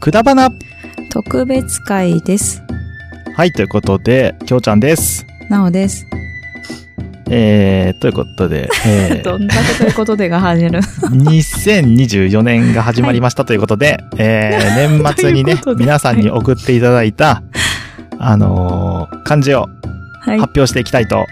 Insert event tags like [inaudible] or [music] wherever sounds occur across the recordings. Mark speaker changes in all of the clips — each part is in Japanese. Speaker 1: くだばな
Speaker 2: 特別会です。
Speaker 1: はい、ということで、きょうちゃんです。
Speaker 2: なおです。
Speaker 1: えー、ということで、
Speaker 2: [laughs]
Speaker 1: えー、
Speaker 2: んだけということでが始
Speaker 1: [laughs]
Speaker 2: まる。
Speaker 1: 2024年が始まりましたということで、え
Speaker 2: [laughs]
Speaker 1: ー、年末に
Speaker 2: と
Speaker 1: ね
Speaker 2: いうこと、で
Speaker 1: 皆さんに送っていただいた、あのー漢字を
Speaker 2: は
Speaker 1: 発表していきたいと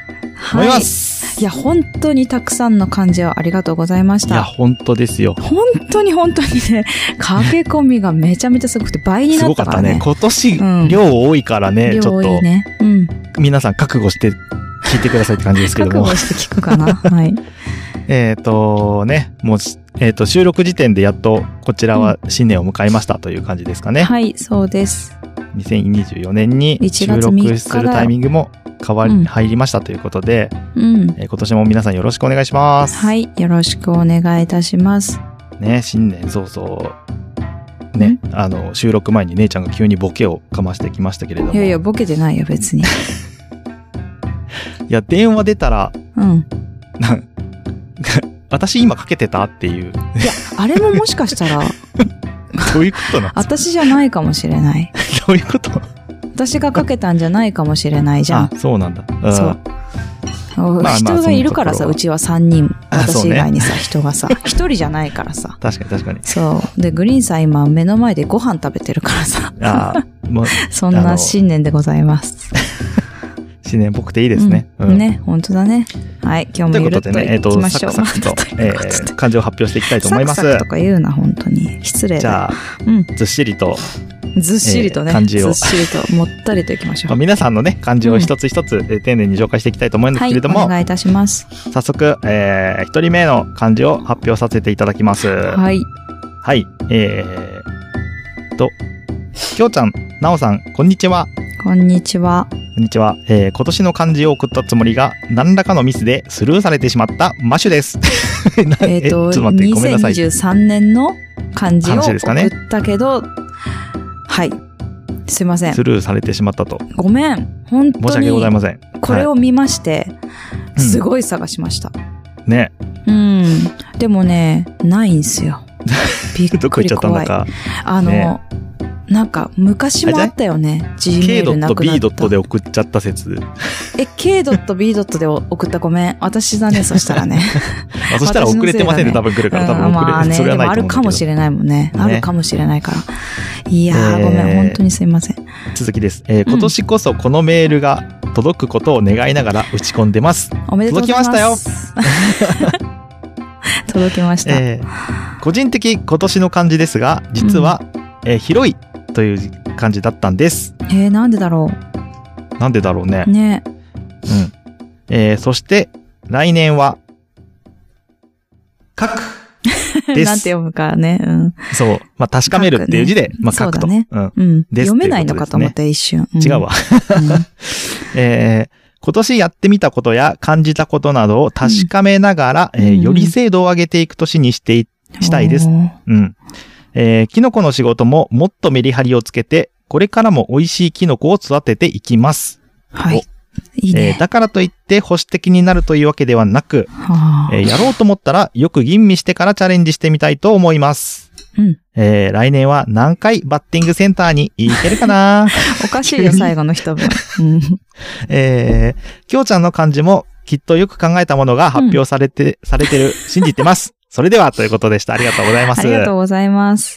Speaker 1: 思います。
Speaker 2: いや、本当にたくさんの漢字をありがとうございまし
Speaker 1: いや、
Speaker 2: た。
Speaker 1: 本当ですよ。
Speaker 2: 本当に本当にね、駆け込みがめちゃめちゃすごくて倍に
Speaker 1: す
Speaker 2: なっ
Speaker 1: ごか
Speaker 2: た
Speaker 1: っ
Speaker 2: から
Speaker 1: たね
Speaker 2: ね。。
Speaker 1: 今年、
Speaker 2: うん
Speaker 1: 量多いからね、ち
Speaker 2: 量
Speaker 1: ょっ
Speaker 2: 多い
Speaker 1: と、
Speaker 2: ね。うん。
Speaker 1: 皆さん覚悟して聞いてくださいって感じですけど
Speaker 2: 覚
Speaker 1: も
Speaker 2: 悟。して聞く
Speaker 1: [laughs]
Speaker 2: かな。はい。
Speaker 1: えっ、とね、もうし、えっ、と、収録時点でやっとこちらは新年を迎えましたという感じですかね。
Speaker 2: はい、そうです。
Speaker 1: 2024年に収
Speaker 2: 1月3日
Speaker 1: 録するタイミングも変わり、
Speaker 2: うん
Speaker 1: 入りましたということで、
Speaker 2: うん。
Speaker 1: えー今年も皆さんよろしくお願いします。
Speaker 2: はい、よろしくお願いいたします。
Speaker 1: ね、新年早々。ね、あの、収録前に姉ちゃんが急にボケをかましてきましたけれども。
Speaker 2: いやいや、ボケてないよ、別に。
Speaker 1: いや電話出たら、
Speaker 2: うん。
Speaker 1: なん私今かけてたって
Speaker 2: [laughs]
Speaker 1: いう、
Speaker 2: いや、あれももしかし
Speaker 1: [laughs]
Speaker 2: たら、
Speaker 1: どういうことなんですか
Speaker 2: 私じゃないかもしれない。
Speaker 1: どういうこと
Speaker 2: 私がかけたんじゃないかもしれないじゃん
Speaker 1: あ、。そうなんだ。うん
Speaker 2: そう
Speaker 1: あまあ
Speaker 2: 人がいるから
Speaker 1: そ
Speaker 2: さ、
Speaker 1: の
Speaker 2: う
Speaker 1: と
Speaker 2: ちは3人。
Speaker 1: あそう
Speaker 2: 私以
Speaker 1: ね
Speaker 2: 外にさ、人 [laughs] がさ、1人じゃないからさ。
Speaker 1: 確かに確かに。
Speaker 2: そう。で、グリーンさん今目の前でご飯食べてるか
Speaker 1: [laughs]
Speaker 2: らさ。
Speaker 1: ああ、もう、
Speaker 2: そん
Speaker 1: あの
Speaker 2: な新年でございます。
Speaker 1: 新年っぽくていいですね。
Speaker 2: うん
Speaker 1: うん
Speaker 2: ね、本当だね。はい、今
Speaker 1: と
Speaker 2: 日
Speaker 1: いう
Speaker 2: もゆ
Speaker 1: こ
Speaker 2: る
Speaker 1: とで
Speaker 2: っと
Speaker 1: ね、えっ、
Speaker 2: いき
Speaker 1: と、
Speaker 2: ま
Speaker 1: サ
Speaker 2: しょ
Speaker 1: ク
Speaker 2: う。
Speaker 1: サク
Speaker 2: [laughs]
Speaker 1: と、
Speaker 2: とい
Speaker 1: え
Speaker 2: うことで
Speaker 1: ー、漢字を発表していきたいと思います。
Speaker 2: サクサクとか言うな、本当に。失礼だ。
Speaker 1: じゃあ、
Speaker 2: うん。
Speaker 1: ずっしりと、
Speaker 2: ずっしりとね、
Speaker 1: えー漢字を
Speaker 2: ずっしりと、もったりといきましょ
Speaker 1: まあ
Speaker 2: う。
Speaker 1: [laughs] 皆さんのね、漢字を一つ一つ、えー丁寧に紹介していきたいと思うんです
Speaker 2: は
Speaker 1: け
Speaker 2: い、
Speaker 1: れ
Speaker 2: お
Speaker 1: ども、
Speaker 2: 願いいたします。
Speaker 1: 早速、えー、一人目の漢字を発表させていただきます。は
Speaker 2: はい。
Speaker 1: い。えー、と、きょうちゃん、なおさん、こんにちは。
Speaker 2: こんにちは。
Speaker 1: こんにちは。えー、今年の漢字を送ったつもりが、何らかのミスでスルーされてしまったマシュです。な
Speaker 2: [laughs]
Speaker 1: [laughs]
Speaker 2: えっ、と、
Speaker 1: ちょっと待って、ごめんなさい。
Speaker 2: 2023年の漢字を
Speaker 1: 話
Speaker 2: 送
Speaker 1: ですかね
Speaker 2: ったけど、はい。すいません
Speaker 1: ス。ルーされてしまったと。
Speaker 2: ごめん。
Speaker 1: 申
Speaker 2: 本
Speaker 1: し
Speaker 2: 当
Speaker 1: 訳ござい
Speaker 2: に、
Speaker 1: ません。
Speaker 2: これを見まして、
Speaker 1: うん
Speaker 2: すごい探しました。
Speaker 1: ね。
Speaker 2: うん。でもね、ないん
Speaker 1: [laughs]
Speaker 2: すよ。びっ
Speaker 1: どこ
Speaker 2: く
Speaker 1: 行っ
Speaker 2: り
Speaker 1: ちゃったん
Speaker 2: 怖
Speaker 1: だ
Speaker 2: い。
Speaker 1: か。
Speaker 2: あの、
Speaker 1: ね
Speaker 2: なんか、昔もあったよね。
Speaker 1: K
Speaker 2: Gmail なくな
Speaker 1: B
Speaker 2: っ
Speaker 1: で
Speaker 2: た。
Speaker 1: 送っちゃった説。
Speaker 2: え、K.B. で送ったごめん。私だね、そしたらね。
Speaker 1: あそしたら遅れてませんで、
Speaker 2: 私のせいだね
Speaker 1: 多分来るから、多
Speaker 2: うん
Speaker 1: 分遅れ、
Speaker 2: まあね、
Speaker 1: それ
Speaker 2: で
Speaker 1: はない
Speaker 2: もあ
Speaker 1: と思
Speaker 2: る
Speaker 1: うんだけど。
Speaker 2: かもしれないもん
Speaker 1: ね
Speaker 2: ね。あるかもしれないから。いやー、
Speaker 1: えー
Speaker 2: ごめん、本当にすいません。
Speaker 1: 続きです。えー
Speaker 2: うん
Speaker 1: 今年こそこのメールが届くことを願いながら打ち込んでます。
Speaker 2: おめでとうございます。
Speaker 1: 届きま
Speaker 2: したよ。 [laughs] 届きました。
Speaker 1: えー個人的今年の漢字ですが、実は、えー広いという漢字だったんです。
Speaker 2: えー、なんでだろ
Speaker 1: なんでだろうね
Speaker 2: う。。ね。
Speaker 1: うん。えーそして、来年は、書く。です。
Speaker 2: [laughs] なんて読むかね。うん。
Speaker 1: そう。まあ、確かめるっていう字で、
Speaker 2: 書くね
Speaker 1: まあ、書く
Speaker 2: そ
Speaker 1: と。
Speaker 2: うだね
Speaker 1: うん。
Speaker 2: うん。
Speaker 1: です
Speaker 2: 読めないのかと思って、一瞬。ん
Speaker 1: 違うわ。。えー今年やってみたことや感じたことなどを確かめながら、
Speaker 2: うん
Speaker 1: えー
Speaker 2: うんうん
Speaker 1: より精度を上げていく年にしてい、
Speaker 2: うん
Speaker 1: したいです。
Speaker 2: おー
Speaker 1: うん。えーキノコの仕事ももっとメリハリをつけて、これからも美味しいキノコを育てていきます。
Speaker 2: はい。いい
Speaker 1: えー
Speaker 2: ね。
Speaker 1: だからといって保守的になるというわけではなく、
Speaker 2: はあ
Speaker 1: えーやろうと思ったらよく吟味してからチャレンジしてみたいと思います。
Speaker 2: うん。
Speaker 1: えー来年は何回バッティングセンターに行けるかな
Speaker 2: おかしいよ、最後の一文。うん
Speaker 1: えー、きょうちゃんの漢字もきっとよく考えたものが発表されて、されて
Speaker 2: [laughs]
Speaker 1: る、信じてます。それでは、ということでした。ありがとうござい [laughs] ます。
Speaker 2: ありがとうございます。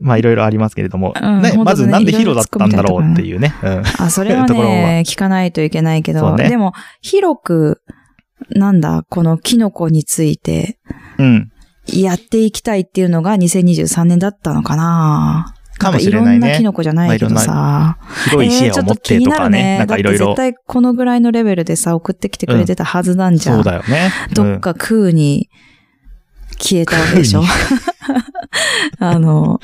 Speaker 1: まあ、いろいろありますけれども、
Speaker 2: うん
Speaker 1: ね
Speaker 2: 本当だね
Speaker 1: まずなんでヒロだったんだろうっていうね。うん。
Speaker 2: あ、それは
Speaker 1: ところは
Speaker 2: ね、聞かないといけないけ
Speaker 1: そ
Speaker 2: ど、
Speaker 1: うね
Speaker 2: でも、広く、なんだ、このキノコについて、
Speaker 1: うん。
Speaker 2: やっていきたいっていうのが2023年だったのかな
Speaker 1: かもしれないね
Speaker 2: んかいろんなキノコじゃないけどさ。
Speaker 1: 広い視野
Speaker 2: えーちょ
Speaker 1: を
Speaker 2: っ
Speaker 1: 持って
Speaker 2: 気に
Speaker 1: と
Speaker 2: な
Speaker 1: か
Speaker 2: る
Speaker 1: ね。なんかいろい
Speaker 2: だ
Speaker 1: ろ
Speaker 2: って。絶対このぐらいのレベルでさ、送ってきてくれてたはずなんじゃん。
Speaker 1: そうだよね。
Speaker 2: どっか空に消えたわけでしょ [laughs] あの、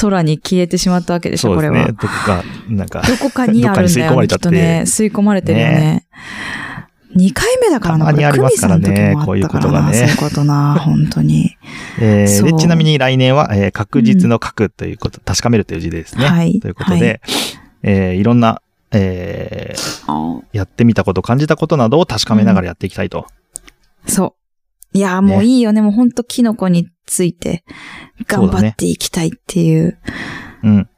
Speaker 2: 空に消えてしまったわけ
Speaker 1: う
Speaker 2: で
Speaker 1: ん、
Speaker 2: しょ、
Speaker 1: そう
Speaker 2: こ
Speaker 1: で
Speaker 2: れ
Speaker 1: すね。
Speaker 2: は
Speaker 1: ど。こか、なんか、
Speaker 2: どこかにあるんだよね、き
Speaker 1: どっか
Speaker 2: っと
Speaker 1: に
Speaker 2: ね。吸い込まれてるよね。二2回目だからな、
Speaker 1: たまにありますからね
Speaker 2: これ久美さんの時もあったからな
Speaker 1: こういうことがね
Speaker 2: そういうことな、本当に。
Speaker 1: えー
Speaker 2: そう
Speaker 1: でちなみに来年は、えー確実の確ということ、確かめるという字です [laughs] ね。
Speaker 2: はい
Speaker 1: ということで、えーいろんな、えーやってみたこと、感じたことなどを確かめながらやっていきたいと。
Speaker 2: そう。いや、もういいよね。もうほんとキノコについて頑張っていきたいっていう。
Speaker 1: うん。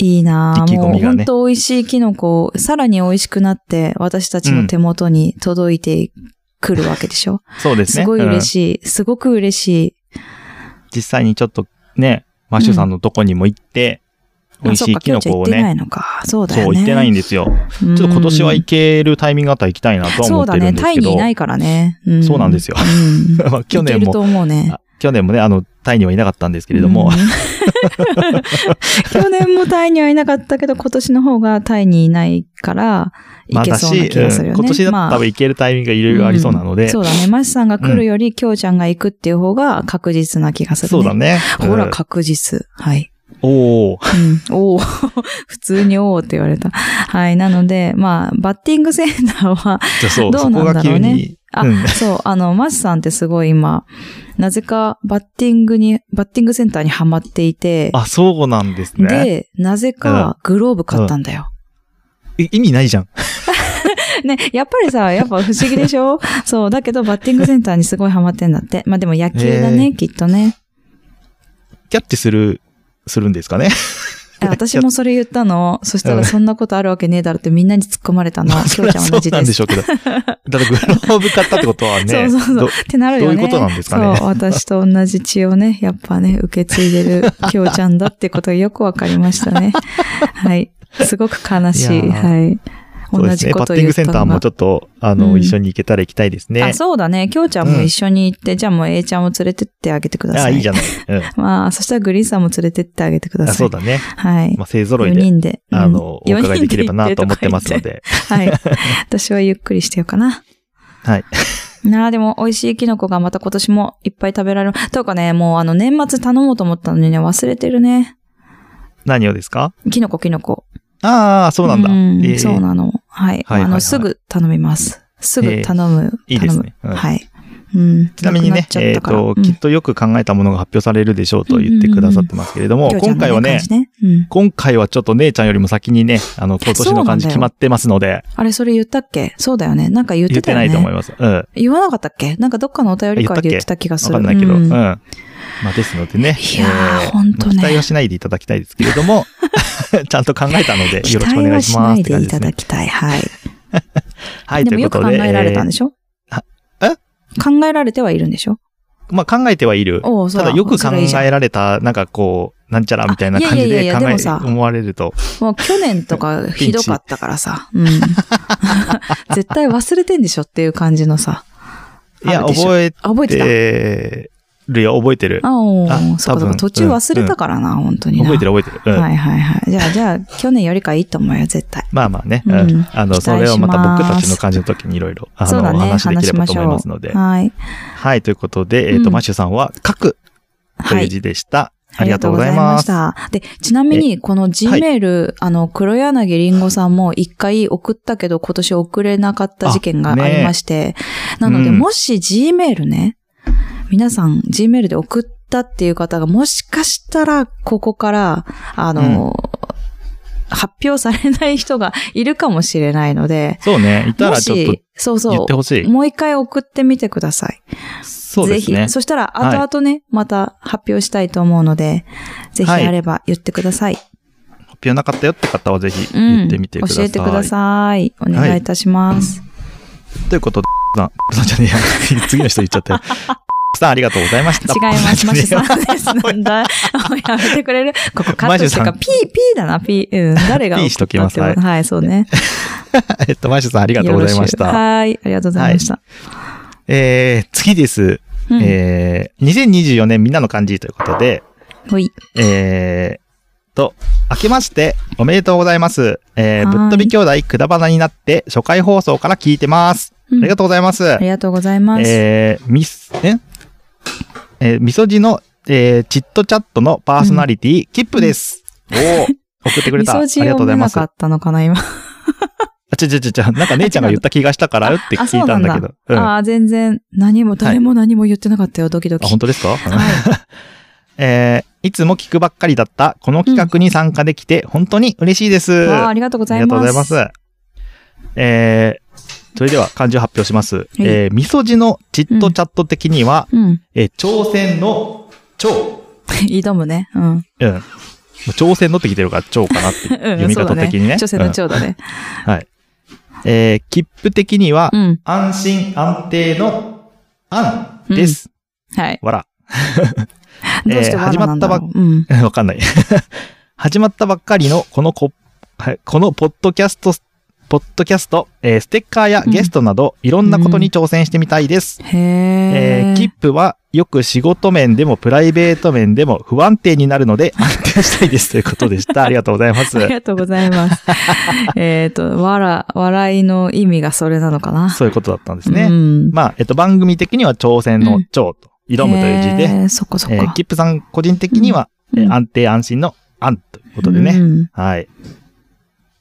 Speaker 2: いいなぁ
Speaker 1: 意気込
Speaker 2: もう
Speaker 1: みがね
Speaker 2: 本当美味しいキノコ、さらに美味しくなって私たちの手元に届いてくるわけでしょ、
Speaker 1: そうです
Speaker 2: す
Speaker 1: ね。
Speaker 2: ごい嬉
Speaker 1: い。
Speaker 2: しい。すごく嬉しい。
Speaker 1: 実際にちょっとね、マッシュさんのとこにも行って、美味しいキノコを
Speaker 2: あそっか今日じゃ行ってな
Speaker 1: ね、
Speaker 2: いのか。そうだよね。
Speaker 1: そう、行ってないんですよ。
Speaker 2: ちょ
Speaker 1: ちょっと今年は行けるタイミングあったら行きたいなとは
Speaker 2: そ
Speaker 1: 思
Speaker 2: う
Speaker 1: って
Speaker 2: だ
Speaker 1: る
Speaker 2: ね。
Speaker 1: んで
Speaker 2: タ
Speaker 1: す
Speaker 2: イ
Speaker 1: けど。
Speaker 2: にいないからね。うん
Speaker 1: そうなんですよ。
Speaker 2: うん。
Speaker 1: [laughs] まあ去年
Speaker 2: いける
Speaker 1: も、
Speaker 2: と思うね。
Speaker 1: あ去年もね、あの、タイにはいなかったんですけれども
Speaker 2: うん、 [laughs] 去年もタイにはいなかったけど、今年の方がタイにいないから、
Speaker 1: [laughs]
Speaker 2: い
Speaker 1: まあ
Speaker 2: け
Speaker 1: だ
Speaker 2: そうな
Speaker 1: し、
Speaker 2: 気がするよね。
Speaker 1: うん今年だった
Speaker 2: ま
Speaker 1: ら
Speaker 2: あ
Speaker 1: 多分行けるタイミングがいろいろありそうなの
Speaker 2: ん
Speaker 1: で、
Speaker 2: そうだね。マシさんが来るより、きょうちゃんが行くっていう方が確実な気がする、
Speaker 1: そ
Speaker 2: ね。
Speaker 1: うだ。ね。
Speaker 2: ほ
Speaker 1: う
Speaker 2: ら、
Speaker 1: ん
Speaker 2: 確実。はい。
Speaker 1: おー
Speaker 2: うん。おお [laughs] 普通におおって言われた。はい。なので、まあ、バッティングセンターは、
Speaker 1: じゃあそう、
Speaker 2: どう
Speaker 1: そ
Speaker 2: なん
Speaker 1: こ
Speaker 2: だろ
Speaker 1: が急
Speaker 2: うね
Speaker 1: に。
Speaker 2: あ、
Speaker 1: うん
Speaker 2: そう、あの、マシさんってすごい今、なぜかバッティングに、バッティングセンターにハマっていて、
Speaker 1: あ、そうなんですね。
Speaker 2: で、なぜかグローブ買ったんだよ。
Speaker 1: え意味ないじゃん。
Speaker 2: ね、やっぱりさ、やっぱ不思議で
Speaker 1: [laughs]
Speaker 2: しょそう、だけどバッティングセンターにすごいハマってんだって。まあでも野球だね、
Speaker 1: へ
Speaker 2: きっとね。
Speaker 1: キャッチする、するんですかね。
Speaker 2: あ私もそれ言ったの。そした
Speaker 1: う
Speaker 2: ら
Speaker 1: ん
Speaker 2: そんなことあるわけねえだろってみんなに突っ込まれたの。きょうちゃん同
Speaker 1: [laughs] そう
Speaker 2: じ
Speaker 1: な
Speaker 2: で
Speaker 1: んでし
Speaker 2: す。
Speaker 1: ょうけど。だってグローブ買ったってことはね、
Speaker 2: [laughs] そうそうそう
Speaker 1: ど
Speaker 2: ってなるよね。
Speaker 1: どういうことなんですかね
Speaker 2: そう、私と同じ血
Speaker 1: [laughs]
Speaker 2: をね、やっぱね、受け継いでるきょうちゃんだってことがよくわかりましたね。はい。すごく悲しい。
Speaker 1: いや
Speaker 2: はい。
Speaker 1: そう
Speaker 2: 同
Speaker 1: です
Speaker 2: じ
Speaker 1: ね。バ
Speaker 2: こ
Speaker 1: ッ
Speaker 2: と
Speaker 1: ティン
Speaker 2: を言
Speaker 1: グ
Speaker 2: った
Speaker 1: セン
Speaker 2: の
Speaker 1: ターも
Speaker 2: が
Speaker 1: ちょっと、あの、
Speaker 2: うん
Speaker 1: 一緒に行けたら行きたいですね。
Speaker 2: あ、そうだね。きょうちゃんも一緒に行って、じゃあもう A ちゃんを連れてってあげてください。
Speaker 1: あ、いいじゃない。うん。
Speaker 2: まあ、そしたらグリーンさんも連れてってあげてくださ
Speaker 1: あ
Speaker 2: い。
Speaker 1: そうだね。
Speaker 2: はい。
Speaker 1: まあ、勢揃
Speaker 2: 4
Speaker 1: いで、
Speaker 2: 人で。
Speaker 1: あの、
Speaker 2: うん
Speaker 1: お伺いできればなと思ってますの。で。
Speaker 2: 4人で行って
Speaker 1: [laughs]
Speaker 2: とか言ってはい。私はゆっくりしてようかな。
Speaker 1: はい。
Speaker 2: なあ、でも美味しいキノコがまた今年もいっぱい食べられる。というかね、もうあの年末頼もうと思ったのにね、忘れてるね。
Speaker 1: 何をですか
Speaker 2: キノコキノコ。
Speaker 1: ああ、そうなんだ。えー
Speaker 2: そうなの。は
Speaker 1: はいは
Speaker 2: い。
Speaker 1: いはい
Speaker 2: あの、すぐ頼みます。すぐ頼む。
Speaker 1: えーいいですね
Speaker 2: 頼む
Speaker 1: うん
Speaker 2: はい。うん。
Speaker 1: ちなみに
Speaker 2: くっ
Speaker 1: ね、
Speaker 2: ちゃ
Speaker 1: え
Speaker 2: た
Speaker 1: っ
Speaker 2: から
Speaker 1: と、
Speaker 2: うん
Speaker 1: きっとよく考えたものが発表されるでしょうと言ってくださってますけれども、
Speaker 2: きょうちゃ
Speaker 1: 今
Speaker 2: んの
Speaker 1: 回はね
Speaker 2: 感、じねうん。
Speaker 1: 今回はちょっと姉ちゃんよりも先にね、あの、今年の感じ
Speaker 2: そうなんだよ
Speaker 1: 決まってますので、
Speaker 2: あれ、それ言ったっけそうだよね。なんか言っ
Speaker 1: 言
Speaker 2: て
Speaker 1: ったて
Speaker 2: よ
Speaker 1: な
Speaker 2: ね。
Speaker 1: いと思います。うん。わ
Speaker 2: 言わなかったっけなんかどっかのお便り会で言
Speaker 1: 言
Speaker 2: っ
Speaker 1: ってて
Speaker 2: た気がする。
Speaker 1: かんないけど、
Speaker 2: う
Speaker 1: うんん。まあ、ですのでね、
Speaker 2: いやー
Speaker 1: えー
Speaker 2: ほんとね
Speaker 1: まあ期待はしないでいただきたいですけれども、 [laughs] ちゃんと考えたので、
Speaker 2: 期
Speaker 1: よろしくお
Speaker 2: 待
Speaker 1: 願
Speaker 2: はい
Speaker 1: し
Speaker 2: し
Speaker 1: ま
Speaker 2: な
Speaker 1: す
Speaker 2: い
Speaker 1: って
Speaker 2: で
Speaker 1: 感じ
Speaker 2: い
Speaker 1: ですね
Speaker 2: ただ。きたい。はい。
Speaker 1: はい、
Speaker 2: で
Speaker 1: とい
Speaker 2: も
Speaker 1: う
Speaker 2: よ
Speaker 1: こ
Speaker 2: く
Speaker 1: と
Speaker 2: 考
Speaker 1: で、
Speaker 2: えられたんでしょ
Speaker 1: はえ
Speaker 2: 考えられてはいるんでしょ
Speaker 1: ーまあ考えてはいる。
Speaker 2: おうそう
Speaker 1: ただよく考
Speaker 2: それいいじゃん
Speaker 1: えられた、なんかこう、なんちゃらみたいな感
Speaker 2: あ
Speaker 1: じ
Speaker 2: いやいやい
Speaker 1: で
Speaker 2: や
Speaker 1: 考
Speaker 2: で
Speaker 1: え
Speaker 2: もさ、
Speaker 1: 思われると。
Speaker 2: もう去年
Speaker 1: [laughs]
Speaker 2: とかひどかったからさ。うん。 [laughs] 絶対忘れてんでしょっていう感じのさ。
Speaker 1: いや、
Speaker 2: あるでしょ
Speaker 1: 覚え
Speaker 2: あ覚えてた
Speaker 1: てるよ、覚えてる。
Speaker 2: あおー
Speaker 1: あ
Speaker 2: そ
Speaker 1: 多
Speaker 2: うかそう
Speaker 1: 分
Speaker 2: か。途中忘れたからな、本当にな。
Speaker 1: 覚えてる覚えてる。うん
Speaker 2: はいはいはい。じゃあ、じゃあ、去年よりかいいと思うよ、絶対。
Speaker 1: まあまあね、う
Speaker 2: う
Speaker 1: んん、あの、
Speaker 2: 期待します
Speaker 1: それをまた僕たちの感じの時にいろいろ、あ
Speaker 2: そう
Speaker 1: の、
Speaker 2: だ
Speaker 1: お
Speaker 2: ね。
Speaker 1: 話しで
Speaker 2: 話
Speaker 1: きれ
Speaker 2: し
Speaker 1: ば
Speaker 2: ま
Speaker 1: と
Speaker 2: し
Speaker 1: 思い
Speaker 2: ょ
Speaker 1: ますの
Speaker 2: う。
Speaker 1: で。
Speaker 2: はい。
Speaker 1: はい、ということで、えっ、と、
Speaker 2: うん
Speaker 1: マッシュさんは、書くと
Speaker 2: は
Speaker 1: いう
Speaker 2: い。
Speaker 1: 字でした。ありがとうございます。
Speaker 2: ありがとうございました。で、ちなみに、この G
Speaker 1: はい
Speaker 2: メール、あの、黒柳りんごさんも一回送ったけど、今年送れなかった事件があ
Speaker 1: あねえ
Speaker 2: りまして、なので、
Speaker 1: うん
Speaker 2: もし G メールね、皆さん G メールで送ったっていう方が、もしかしたら、ここから、あの、発表されない人がいるかもしれないので、
Speaker 1: そうね、いた
Speaker 2: も
Speaker 1: らちょっ
Speaker 2: し、そう
Speaker 1: と言
Speaker 2: そ
Speaker 1: ってほし
Speaker 2: う、
Speaker 1: い。
Speaker 2: もう一回送ってみてください。
Speaker 1: そうです
Speaker 2: ぜ
Speaker 1: ね
Speaker 2: ひ。。そしたら、後々ね、また発表したいと思うので、ぜひ
Speaker 1: はい
Speaker 2: あれば言ってください。
Speaker 1: 発表なかったよって方はぜひ
Speaker 2: うん。
Speaker 1: 言ってみてください。
Speaker 2: 教えてください。お願いいたします。
Speaker 1: ということで、さん、さんじゃねえや。 [laughs] 次の人言っち
Speaker 2: [laughs]
Speaker 1: ゃったよ。さん、ありがとうございました。
Speaker 2: 違います。マシュ
Speaker 1: ん。
Speaker 2: さんです。なんだやめてくれるここカットしてか、
Speaker 1: マシュさん
Speaker 2: ピー、ピーだな、ピー。うん。誰が送
Speaker 1: ピー
Speaker 2: ったってこと。
Speaker 1: しときます
Speaker 2: は。
Speaker 1: はいい
Speaker 2: そうね。
Speaker 1: [laughs] えっと、マシュさん、あり
Speaker 2: あ
Speaker 1: がとうございました。
Speaker 2: はい。ありがとうございました。
Speaker 1: えー、次です。
Speaker 2: うん
Speaker 1: えー、2024年みんなの漢字ということで、
Speaker 2: ほい。
Speaker 1: えー、と、明けましておめでとうございます。えー、
Speaker 2: はーい
Speaker 1: ぶっ飛び兄弟くだばなになって初回放送から聞いてます。あ
Speaker 2: あ
Speaker 1: りがとうございます。
Speaker 2: ありがとうございます。
Speaker 1: えー、ミス、ええーみそじの、えー、チットチャットのパーソナリティ、キップです。おお [laughs] 送ってくれ
Speaker 2: み
Speaker 1: た。あ
Speaker 2: そ
Speaker 1: り
Speaker 2: じ
Speaker 1: がとう
Speaker 2: を
Speaker 1: ござ
Speaker 2: 見
Speaker 1: いま
Speaker 2: な
Speaker 1: す。
Speaker 2: か
Speaker 1: あ、
Speaker 2: ったのかな、今。
Speaker 1: ちょちょちょちょ、なんか姉ちゃんが言った気がしたからよって
Speaker 2: あ、
Speaker 1: 聞
Speaker 2: そ
Speaker 1: いうた
Speaker 2: なん
Speaker 1: んだ
Speaker 2: だ
Speaker 1: けど。。うん。あ、
Speaker 2: あー、全然、何も、誰も何も言ってなかったよ、ドキドキ。
Speaker 1: 本当ですか、
Speaker 2: は
Speaker 1: [laughs] えー、いつも聞くばっかりだったこの企画に参加できて本当に嬉しいです。
Speaker 2: い。わあ、ありがとうござ
Speaker 1: あ
Speaker 2: い
Speaker 1: りがとう
Speaker 2: ま
Speaker 1: ご
Speaker 2: す。
Speaker 1: ざいます。えー、それでは漢字を発表します。
Speaker 2: い
Speaker 1: えー、みそじのチットチャット的には、
Speaker 2: うん。 [laughs]
Speaker 1: えー、挑戦の超。
Speaker 2: 挑むね。うん。
Speaker 1: うん。もう挑戦のってきてるから超かなっていう読み方的にね。
Speaker 2: 女性の長だね。
Speaker 1: うんはい。えー、切符的には、
Speaker 2: うん。
Speaker 1: 安心安定の安です。
Speaker 2: はい。
Speaker 1: わら。
Speaker 2: どうしてわらなんだろう
Speaker 1: えー始ま
Speaker 2: う
Speaker 1: [laughs]
Speaker 2: ん。
Speaker 1: わかんない。 [laughs] 始まったばっかりのこのこ、はいこのポッドキャスト、ポッドキャスト、えーステッカーやゲストなど、いろんなことに挑戦してみたいです。
Speaker 2: へ
Speaker 1: え
Speaker 2: え
Speaker 1: ー、切符はよく仕事面でもプライベート面でも不安定になるので安定したいですということでした。ありがとうございます
Speaker 2: [laughs] あ。りがとうございます。 [laughs] えっと、わら、笑いの意味がそれなのかな。
Speaker 1: そういうことだったんです
Speaker 2: う
Speaker 1: ね。
Speaker 2: ん。
Speaker 1: まあ、えっと、番組的には挑戦の挑と、挑むという字で、
Speaker 2: へー。そっかそっ
Speaker 1: え
Speaker 2: か
Speaker 1: ー、。切符さん個人的には、
Speaker 2: うん
Speaker 1: えー安定安心の安ということでね。
Speaker 2: ね。
Speaker 1: はい。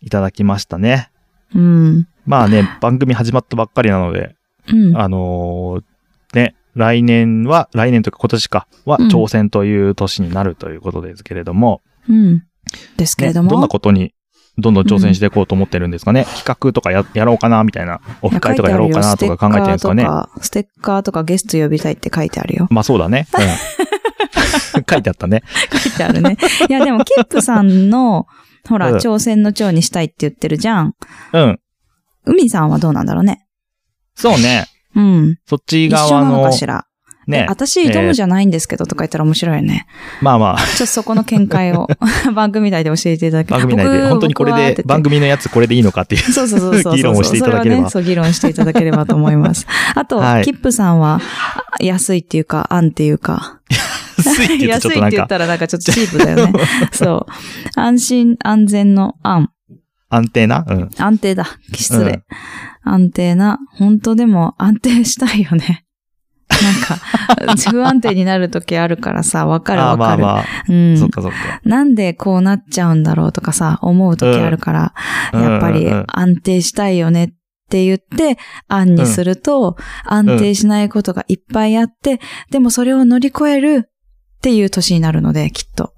Speaker 1: いただきましたね。
Speaker 2: うん。
Speaker 1: まあね、番組始まったばっかりなので、
Speaker 2: うん。
Speaker 1: あのーね、来年は、来年というか今年かは
Speaker 2: うん
Speaker 1: 挑戦という年になるということですけれども、
Speaker 2: うん。ですけ
Speaker 1: ね
Speaker 2: れ
Speaker 1: ど
Speaker 2: ど
Speaker 1: ん
Speaker 2: も。
Speaker 1: なことにどんどん挑戦していこうと思ってるんですかね、企画とかややろうかなみたいな、オフ会とかやろうかなとか考えてるんですかね。
Speaker 2: ステッカーとか、ステッカーとかゲスト呼びたいって書いてあるよ。
Speaker 1: まあそうだね。
Speaker 2: [laughs]
Speaker 1: うん書いてあったね。
Speaker 2: 書いてあるね。いや、でも、キップさんの、ほら、
Speaker 1: うん
Speaker 2: 挑戦の長にしたいって言ってるじゃん。
Speaker 1: うん。
Speaker 2: 海さんはどうなんだろうね。
Speaker 1: そうね。
Speaker 2: うん。
Speaker 1: そっち
Speaker 2: 一緒
Speaker 1: 側
Speaker 2: なの
Speaker 1: の
Speaker 2: か、しら。え
Speaker 1: ね。
Speaker 2: 私、挑むじゃないんですけど、とか言ったら面白いよね。
Speaker 1: まあまあ、
Speaker 2: ちょっとそこの見
Speaker 1: [laughs]
Speaker 2: 解を番組内で教えていただけ
Speaker 1: 番組内で、
Speaker 2: 僕
Speaker 1: 本当にこれ
Speaker 2: 僕はっ
Speaker 1: で、
Speaker 2: て言って
Speaker 1: 番組のやつこれでいいのかっていう。
Speaker 2: そうそうそうそうそう。
Speaker 1: 議論をしていただければ
Speaker 2: そはねそう、議論していただければと思います。
Speaker 1: [laughs]
Speaker 2: あと、
Speaker 1: はい
Speaker 2: キップさんは、あ安いっていうか、安っていうか。
Speaker 1: 安いって言うとちょっとなん
Speaker 2: [laughs] 安いって言っ
Speaker 1: か、
Speaker 2: たらなんかちょっとチープ
Speaker 1: [laughs]
Speaker 2: だよね。そう。安心、安全の安。
Speaker 1: 安定なうん。
Speaker 2: 安定だ。失礼。
Speaker 1: うん
Speaker 2: 安定な。本当でも安定したいよね。 [laughs] なんか、不安定になる時あるからさ、わかる
Speaker 1: あ
Speaker 2: わ
Speaker 1: あま
Speaker 2: か
Speaker 1: あ
Speaker 2: る。
Speaker 1: まあ、
Speaker 2: うん。
Speaker 1: そっかそっか。
Speaker 2: なんでこうなっちゃうんだろうとかさ、思う時あるから、
Speaker 1: うん
Speaker 2: やっぱり
Speaker 1: うんうんうん
Speaker 2: 安定したいよねって言って、案にすると、安定しないことがいっぱいあって、でもそれを乗り越えるっていう年になるので、きっと。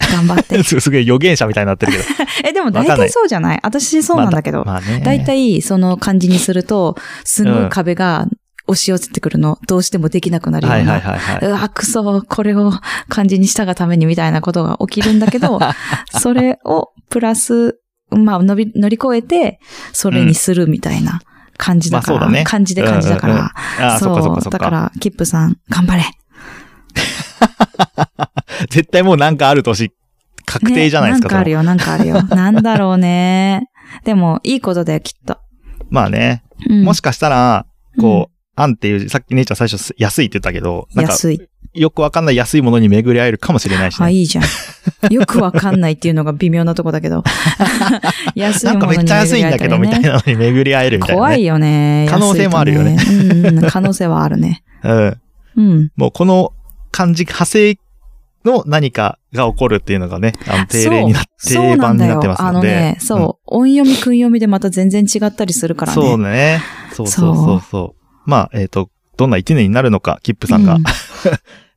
Speaker 2: 頑張っ
Speaker 1: [laughs]
Speaker 2: て。
Speaker 1: すすげえ予言者みたいになってるけど。
Speaker 2: え、でも大
Speaker 1: わかんない
Speaker 2: 体そうじゃない私 [laughs] そうなんだけど。
Speaker 1: まあね。
Speaker 2: 大体その感じにすると、すごい壁が押し寄せてくるの。どうしてもできなくなるよう
Speaker 1: はいはい
Speaker 2: な。
Speaker 1: はいは
Speaker 2: う
Speaker 1: い。
Speaker 2: わ、くそ、これを漢字にしたがためにみたいなことが起きるんだけ
Speaker 1: [laughs]
Speaker 2: ど、それをプラス、まあ、乗り、乗り越えて、それにするみたいな感じだから、
Speaker 1: まあそうだね
Speaker 2: 漢字で漢字だか
Speaker 1: うんうんうん
Speaker 2: ら、
Speaker 1: ああ、そっかそっかそっ
Speaker 2: だか
Speaker 1: か。
Speaker 2: ら、キップさん、頑張れ。
Speaker 1: 絶対もうなんかある年、確定じゃないですか。
Speaker 2: ね、なんかある
Speaker 1: そ
Speaker 2: よ、なんかあるよ。なんだろうね。でも、いいことだよ、きっと。
Speaker 1: のまあね。
Speaker 2: うん、
Speaker 1: もしかしたら、
Speaker 2: うん
Speaker 1: こう、安っていう、さっき姉ちゃん最初安いって言ったけど、なんか、
Speaker 2: 安い。
Speaker 1: よくわかんない安いものに巡り合えるかもしれないし
Speaker 2: あ、
Speaker 1: ね。
Speaker 2: いいじゃん。よくわかんないっていうのが微妙なとこだ
Speaker 1: [laughs]
Speaker 2: けど。安い
Speaker 1: なん
Speaker 2: も
Speaker 1: か
Speaker 2: の
Speaker 1: め
Speaker 2: に
Speaker 1: っちゃ安いんだけど、みたい
Speaker 2: 巡り合えたりね
Speaker 1: なのに巡り合えるみたいな
Speaker 2: 怖
Speaker 1: ね。
Speaker 2: いよね。
Speaker 1: 可能性もあるよね
Speaker 2: 安いとね。うん、うん、可能性はあるね。
Speaker 1: うん。
Speaker 2: うん。
Speaker 1: もうこの漢字、派生の何かが起こるっていうのがね、あの定例になって、
Speaker 2: そうそう
Speaker 1: 定
Speaker 2: な
Speaker 1: 番
Speaker 2: ん
Speaker 1: に
Speaker 2: だ
Speaker 1: な
Speaker 2: よ
Speaker 1: ってます
Speaker 2: あ
Speaker 1: の
Speaker 2: の
Speaker 1: で。
Speaker 2: ね、
Speaker 1: うん
Speaker 2: そう、音読み、訓読みでまた全然違ったりするからね。
Speaker 1: そうね。そうそうそうそう。まあ、えっ、と、どんな一年になるのか、キップさんが、
Speaker 2: うん
Speaker 1: [laughs]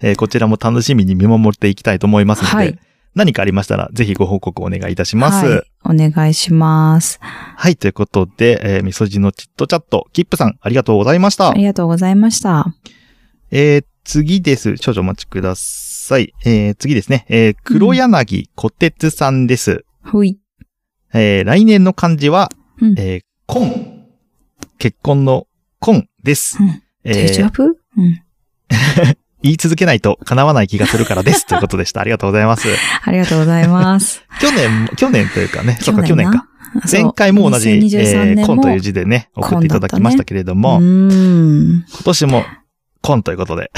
Speaker 1: えーこちらも楽しみに見守っていきたいと思いますので、
Speaker 2: はい
Speaker 1: 何かありましたら、ぜひご報告お願いいたします。はい、
Speaker 2: はい。お願いします。
Speaker 1: ということで、えーみそじのチットチャット、キップさん、ありがとうございました
Speaker 2: あ。りがとうございました。
Speaker 1: えー次です。少々お待ちください。えー次ですね。えー黒柳小鉄さんです。
Speaker 2: ほい。
Speaker 1: えー来年の漢字は、
Speaker 2: うん。
Speaker 1: えー、婚。結婚の婚です。
Speaker 2: うん
Speaker 1: えー
Speaker 2: デジャブうん。
Speaker 1: 言い続けないと叶わない気がするから
Speaker 2: [laughs]
Speaker 1: です。ということでした。ありがとうございます。
Speaker 2: ありがとうございます。
Speaker 1: 去年、去年というかね、 [laughs] そうか、去年か。
Speaker 2: な。そう
Speaker 1: 前回も同じ、え
Speaker 2: 2023
Speaker 1: ー、
Speaker 2: 年
Speaker 1: コ
Speaker 2: も
Speaker 1: ンという字でね、送っていただきましたけれども、
Speaker 2: うーん。
Speaker 1: 今年もコンということで、。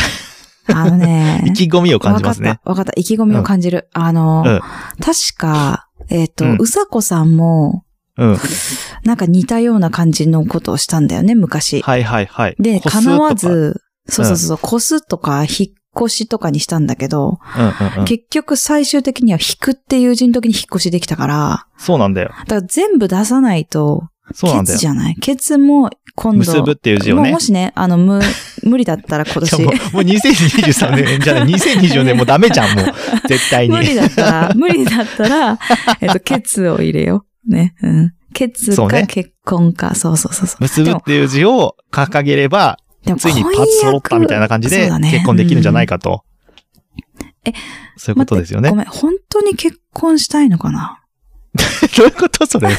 Speaker 2: あのね
Speaker 1: [laughs] 意気込みを感じます
Speaker 2: わか
Speaker 1: ね
Speaker 2: っ。た。わかった。意気込みを感じる。あの、
Speaker 1: うん
Speaker 2: 確か、えっ、と、
Speaker 1: うん
Speaker 2: うさこさんも、
Speaker 1: うん。
Speaker 2: なんか似たような感じのことをしたんだよね、昔。
Speaker 1: はいはいはい。
Speaker 2: で、
Speaker 1: 個数
Speaker 2: 叶わ
Speaker 1: と
Speaker 2: ず、そうそうそう、こすとか、引っ越しとかにしたんだけど、
Speaker 1: か。うんうんうん。
Speaker 2: 結局最終的には引くっていう字の時に引っ越しできたから、
Speaker 1: そうなんだよ。
Speaker 2: だから全部出さないと、
Speaker 1: そうなん
Speaker 2: ケ
Speaker 1: だ
Speaker 2: ツ
Speaker 1: よ
Speaker 2: じ。ゃないケツも今度、
Speaker 1: 結ぶっていう字を
Speaker 2: もう
Speaker 1: ね
Speaker 2: も。しね、あ
Speaker 1: [laughs]
Speaker 2: の、無、無理だったら今
Speaker 1: じゃあ
Speaker 2: 年
Speaker 1: [laughs] もう、もう2023年、じゃない、2024年もうダメじゃん、もう。絶対に。 [laughs]
Speaker 2: 無理だったら、無理だったら、えっと、ケツを入れよう。ね。うん。結
Speaker 1: そう
Speaker 2: か
Speaker 1: ね
Speaker 2: 結婚か。そうそうそうそう。
Speaker 1: 結ぶっていう字を掲げれば、
Speaker 2: でも
Speaker 1: ついにパーツ揃ったみたいな感じで結婚できるんじゃない
Speaker 2: か。
Speaker 1: かと。
Speaker 2: うんえ
Speaker 1: そういうことですよね
Speaker 2: ご。めん、本当に結婚したいのかな
Speaker 1: [laughs] どういうことそれを。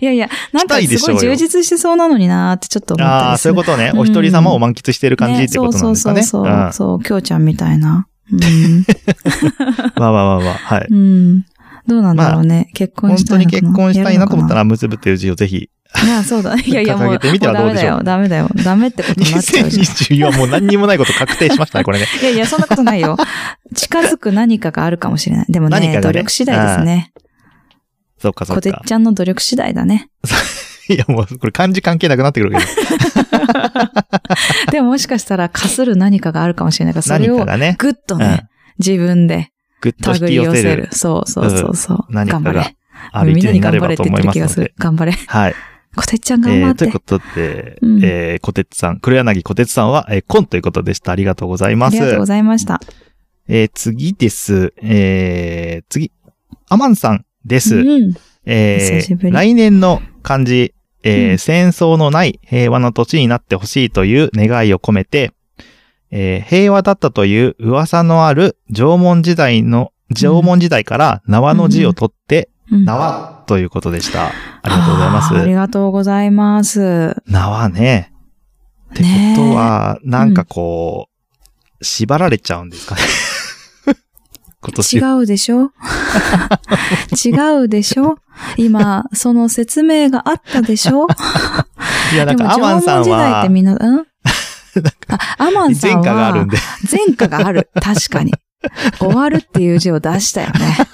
Speaker 2: いやいや、なんか
Speaker 1: したいですし
Speaker 2: ご
Speaker 1: ょう
Speaker 2: い
Speaker 1: よ
Speaker 2: 充実してそうなのになーってちょっと思った
Speaker 1: ああ、
Speaker 2: りす
Speaker 1: そう
Speaker 2: る。
Speaker 1: いうことね。
Speaker 2: うん
Speaker 1: お一人様を満喫している感じってことなんですかね。
Speaker 2: そううんそうそう
Speaker 1: ま
Speaker 2: そう、きょうちゃんみたいな。
Speaker 1: [laughs] あまあまあまあ、はい。
Speaker 2: うん。うんどうなんだろうね。結婚
Speaker 1: 本
Speaker 2: し
Speaker 1: 当
Speaker 2: たい
Speaker 1: に
Speaker 2: のかな
Speaker 1: 結婚したいなと思った
Speaker 2: ら。
Speaker 1: ら、結ぶっていう字をぜひ。
Speaker 2: まあそ
Speaker 1: [laughs]
Speaker 2: うだ。いやいや、も
Speaker 1: 掲
Speaker 2: う、も
Speaker 1: げ
Speaker 2: う
Speaker 1: てみては
Speaker 2: ダ
Speaker 1: どう
Speaker 2: メ
Speaker 1: で
Speaker 2: だ
Speaker 1: しょう
Speaker 2: よ、ダメだよ。ダメってことになっちゃうじゃん。
Speaker 1: 2024はもう何にもないこと確定しましたね、これ
Speaker 2: [laughs]
Speaker 1: ね。
Speaker 2: いやいや、そんなことない
Speaker 1: [laughs]
Speaker 2: よ。近づく何かがあるかもしれない。でも
Speaker 1: 何か
Speaker 2: ね、
Speaker 1: がね
Speaker 2: 努力次第ですね。
Speaker 1: そうか、そ
Speaker 2: こ
Speaker 1: う
Speaker 2: てっ
Speaker 1: か。
Speaker 2: ちゃんの努力次第だね。
Speaker 1: いや、もう、これ漢字関係なくなってくるけど、
Speaker 2: でももしかしたら、かする何かがあるかもしれないから、そ
Speaker 1: 何
Speaker 2: れ
Speaker 1: か
Speaker 2: を
Speaker 1: がね、
Speaker 2: ぐっと
Speaker 1: うん
Speaker 2: ね、自分で
Speaker 1: ぐっと引
Speaker 2: 手繰
Speaker 1: き
Speaker 2: り
Speaker 1: 寄
Speaker 2: 寄
Speaker 1: せ
Speaker 2: せ
Speaker 1: る
Speaker 2: る。そうそうそうそう。
Speaker 1: 何か
Speaker 2: 頑張
Speaker 1: が
Speaker 2: れ。
Speaker 1: ある一
Speaker 2: みんな
Speaker 1: 年に
Speaker 2: に
Speaker 1: なれば
Speaker 2: 頑張れって
Speaker 1: と
Speaker 2: 言っ
Speaker 1: 思
Speaker 2: て
Speaker 1: い
Speaker 2: る
Speaker 1: ま
Speaker 2: 気
Speaker 1: す
Speaker 2: が
Speaker 1: の
Speaker 2: する
Speaker 1: で。。
Speaker 2: 頑張れ。
Speaker 1: はい。
Speaker 2: こてっちゃん頑
Speaker 1: え
Speaker 2: 張
Speaker 1: ー、
Speaker 2: っ
Speaker 1: と
Speaker 2: て。
Speaker 1: いうことで、
Speaker 2: うん
Speaker 1: えー、小鉄さん、黒柳小鉄さんは、えー、コンということでした。ありがとうござい
Speaker 2: あ
Speaker 1: ます
Speaker 2: り。がとうございました。
Speaker 1: えー、次です。えー、次。アマンさんです。
Speaker 2: うん。久
Speaker 1: え
Speaker 2: しぶ
Speaker 1: ー、
Speaker 2: り
Speaker 1: 来年の漢字、えー
Speaker 2: うん
Speaker 1: 戦争のない平和の年になってほしいという願いを込めて、えー平和だったという噂のある縄文時代の、縄文時代から縄の字を取って、
Speaker 2: うん
Speaker 1: 縄ということでした。ありがとうございま
Speaker 2: あーあり
Speaker 1: す。
Speaker 2: がとうございます。
Speaker 1: 縄ね。ってことは、なんかこう、縛られちゃうんですかね。 [laughs] 今年
Speaker 2: 違うで
Speaker 1: [laughs]
Speaker 2: しょ違うでしょ今、その説明があったでしょ
Speaker 1: いや、なんかアマンさん
Speaker 2: でも縄文時代っ
Speaker 1: は
Speaker 2: て、みんな、うんあ、アマンさ
Speaker 1: 前
Speaker 2: んは、
Speaker 1: 科があるんで、
Speaker 2: 前科がある。確かに。終わるっていう字を出したよね。
Speaker 1: [laughs]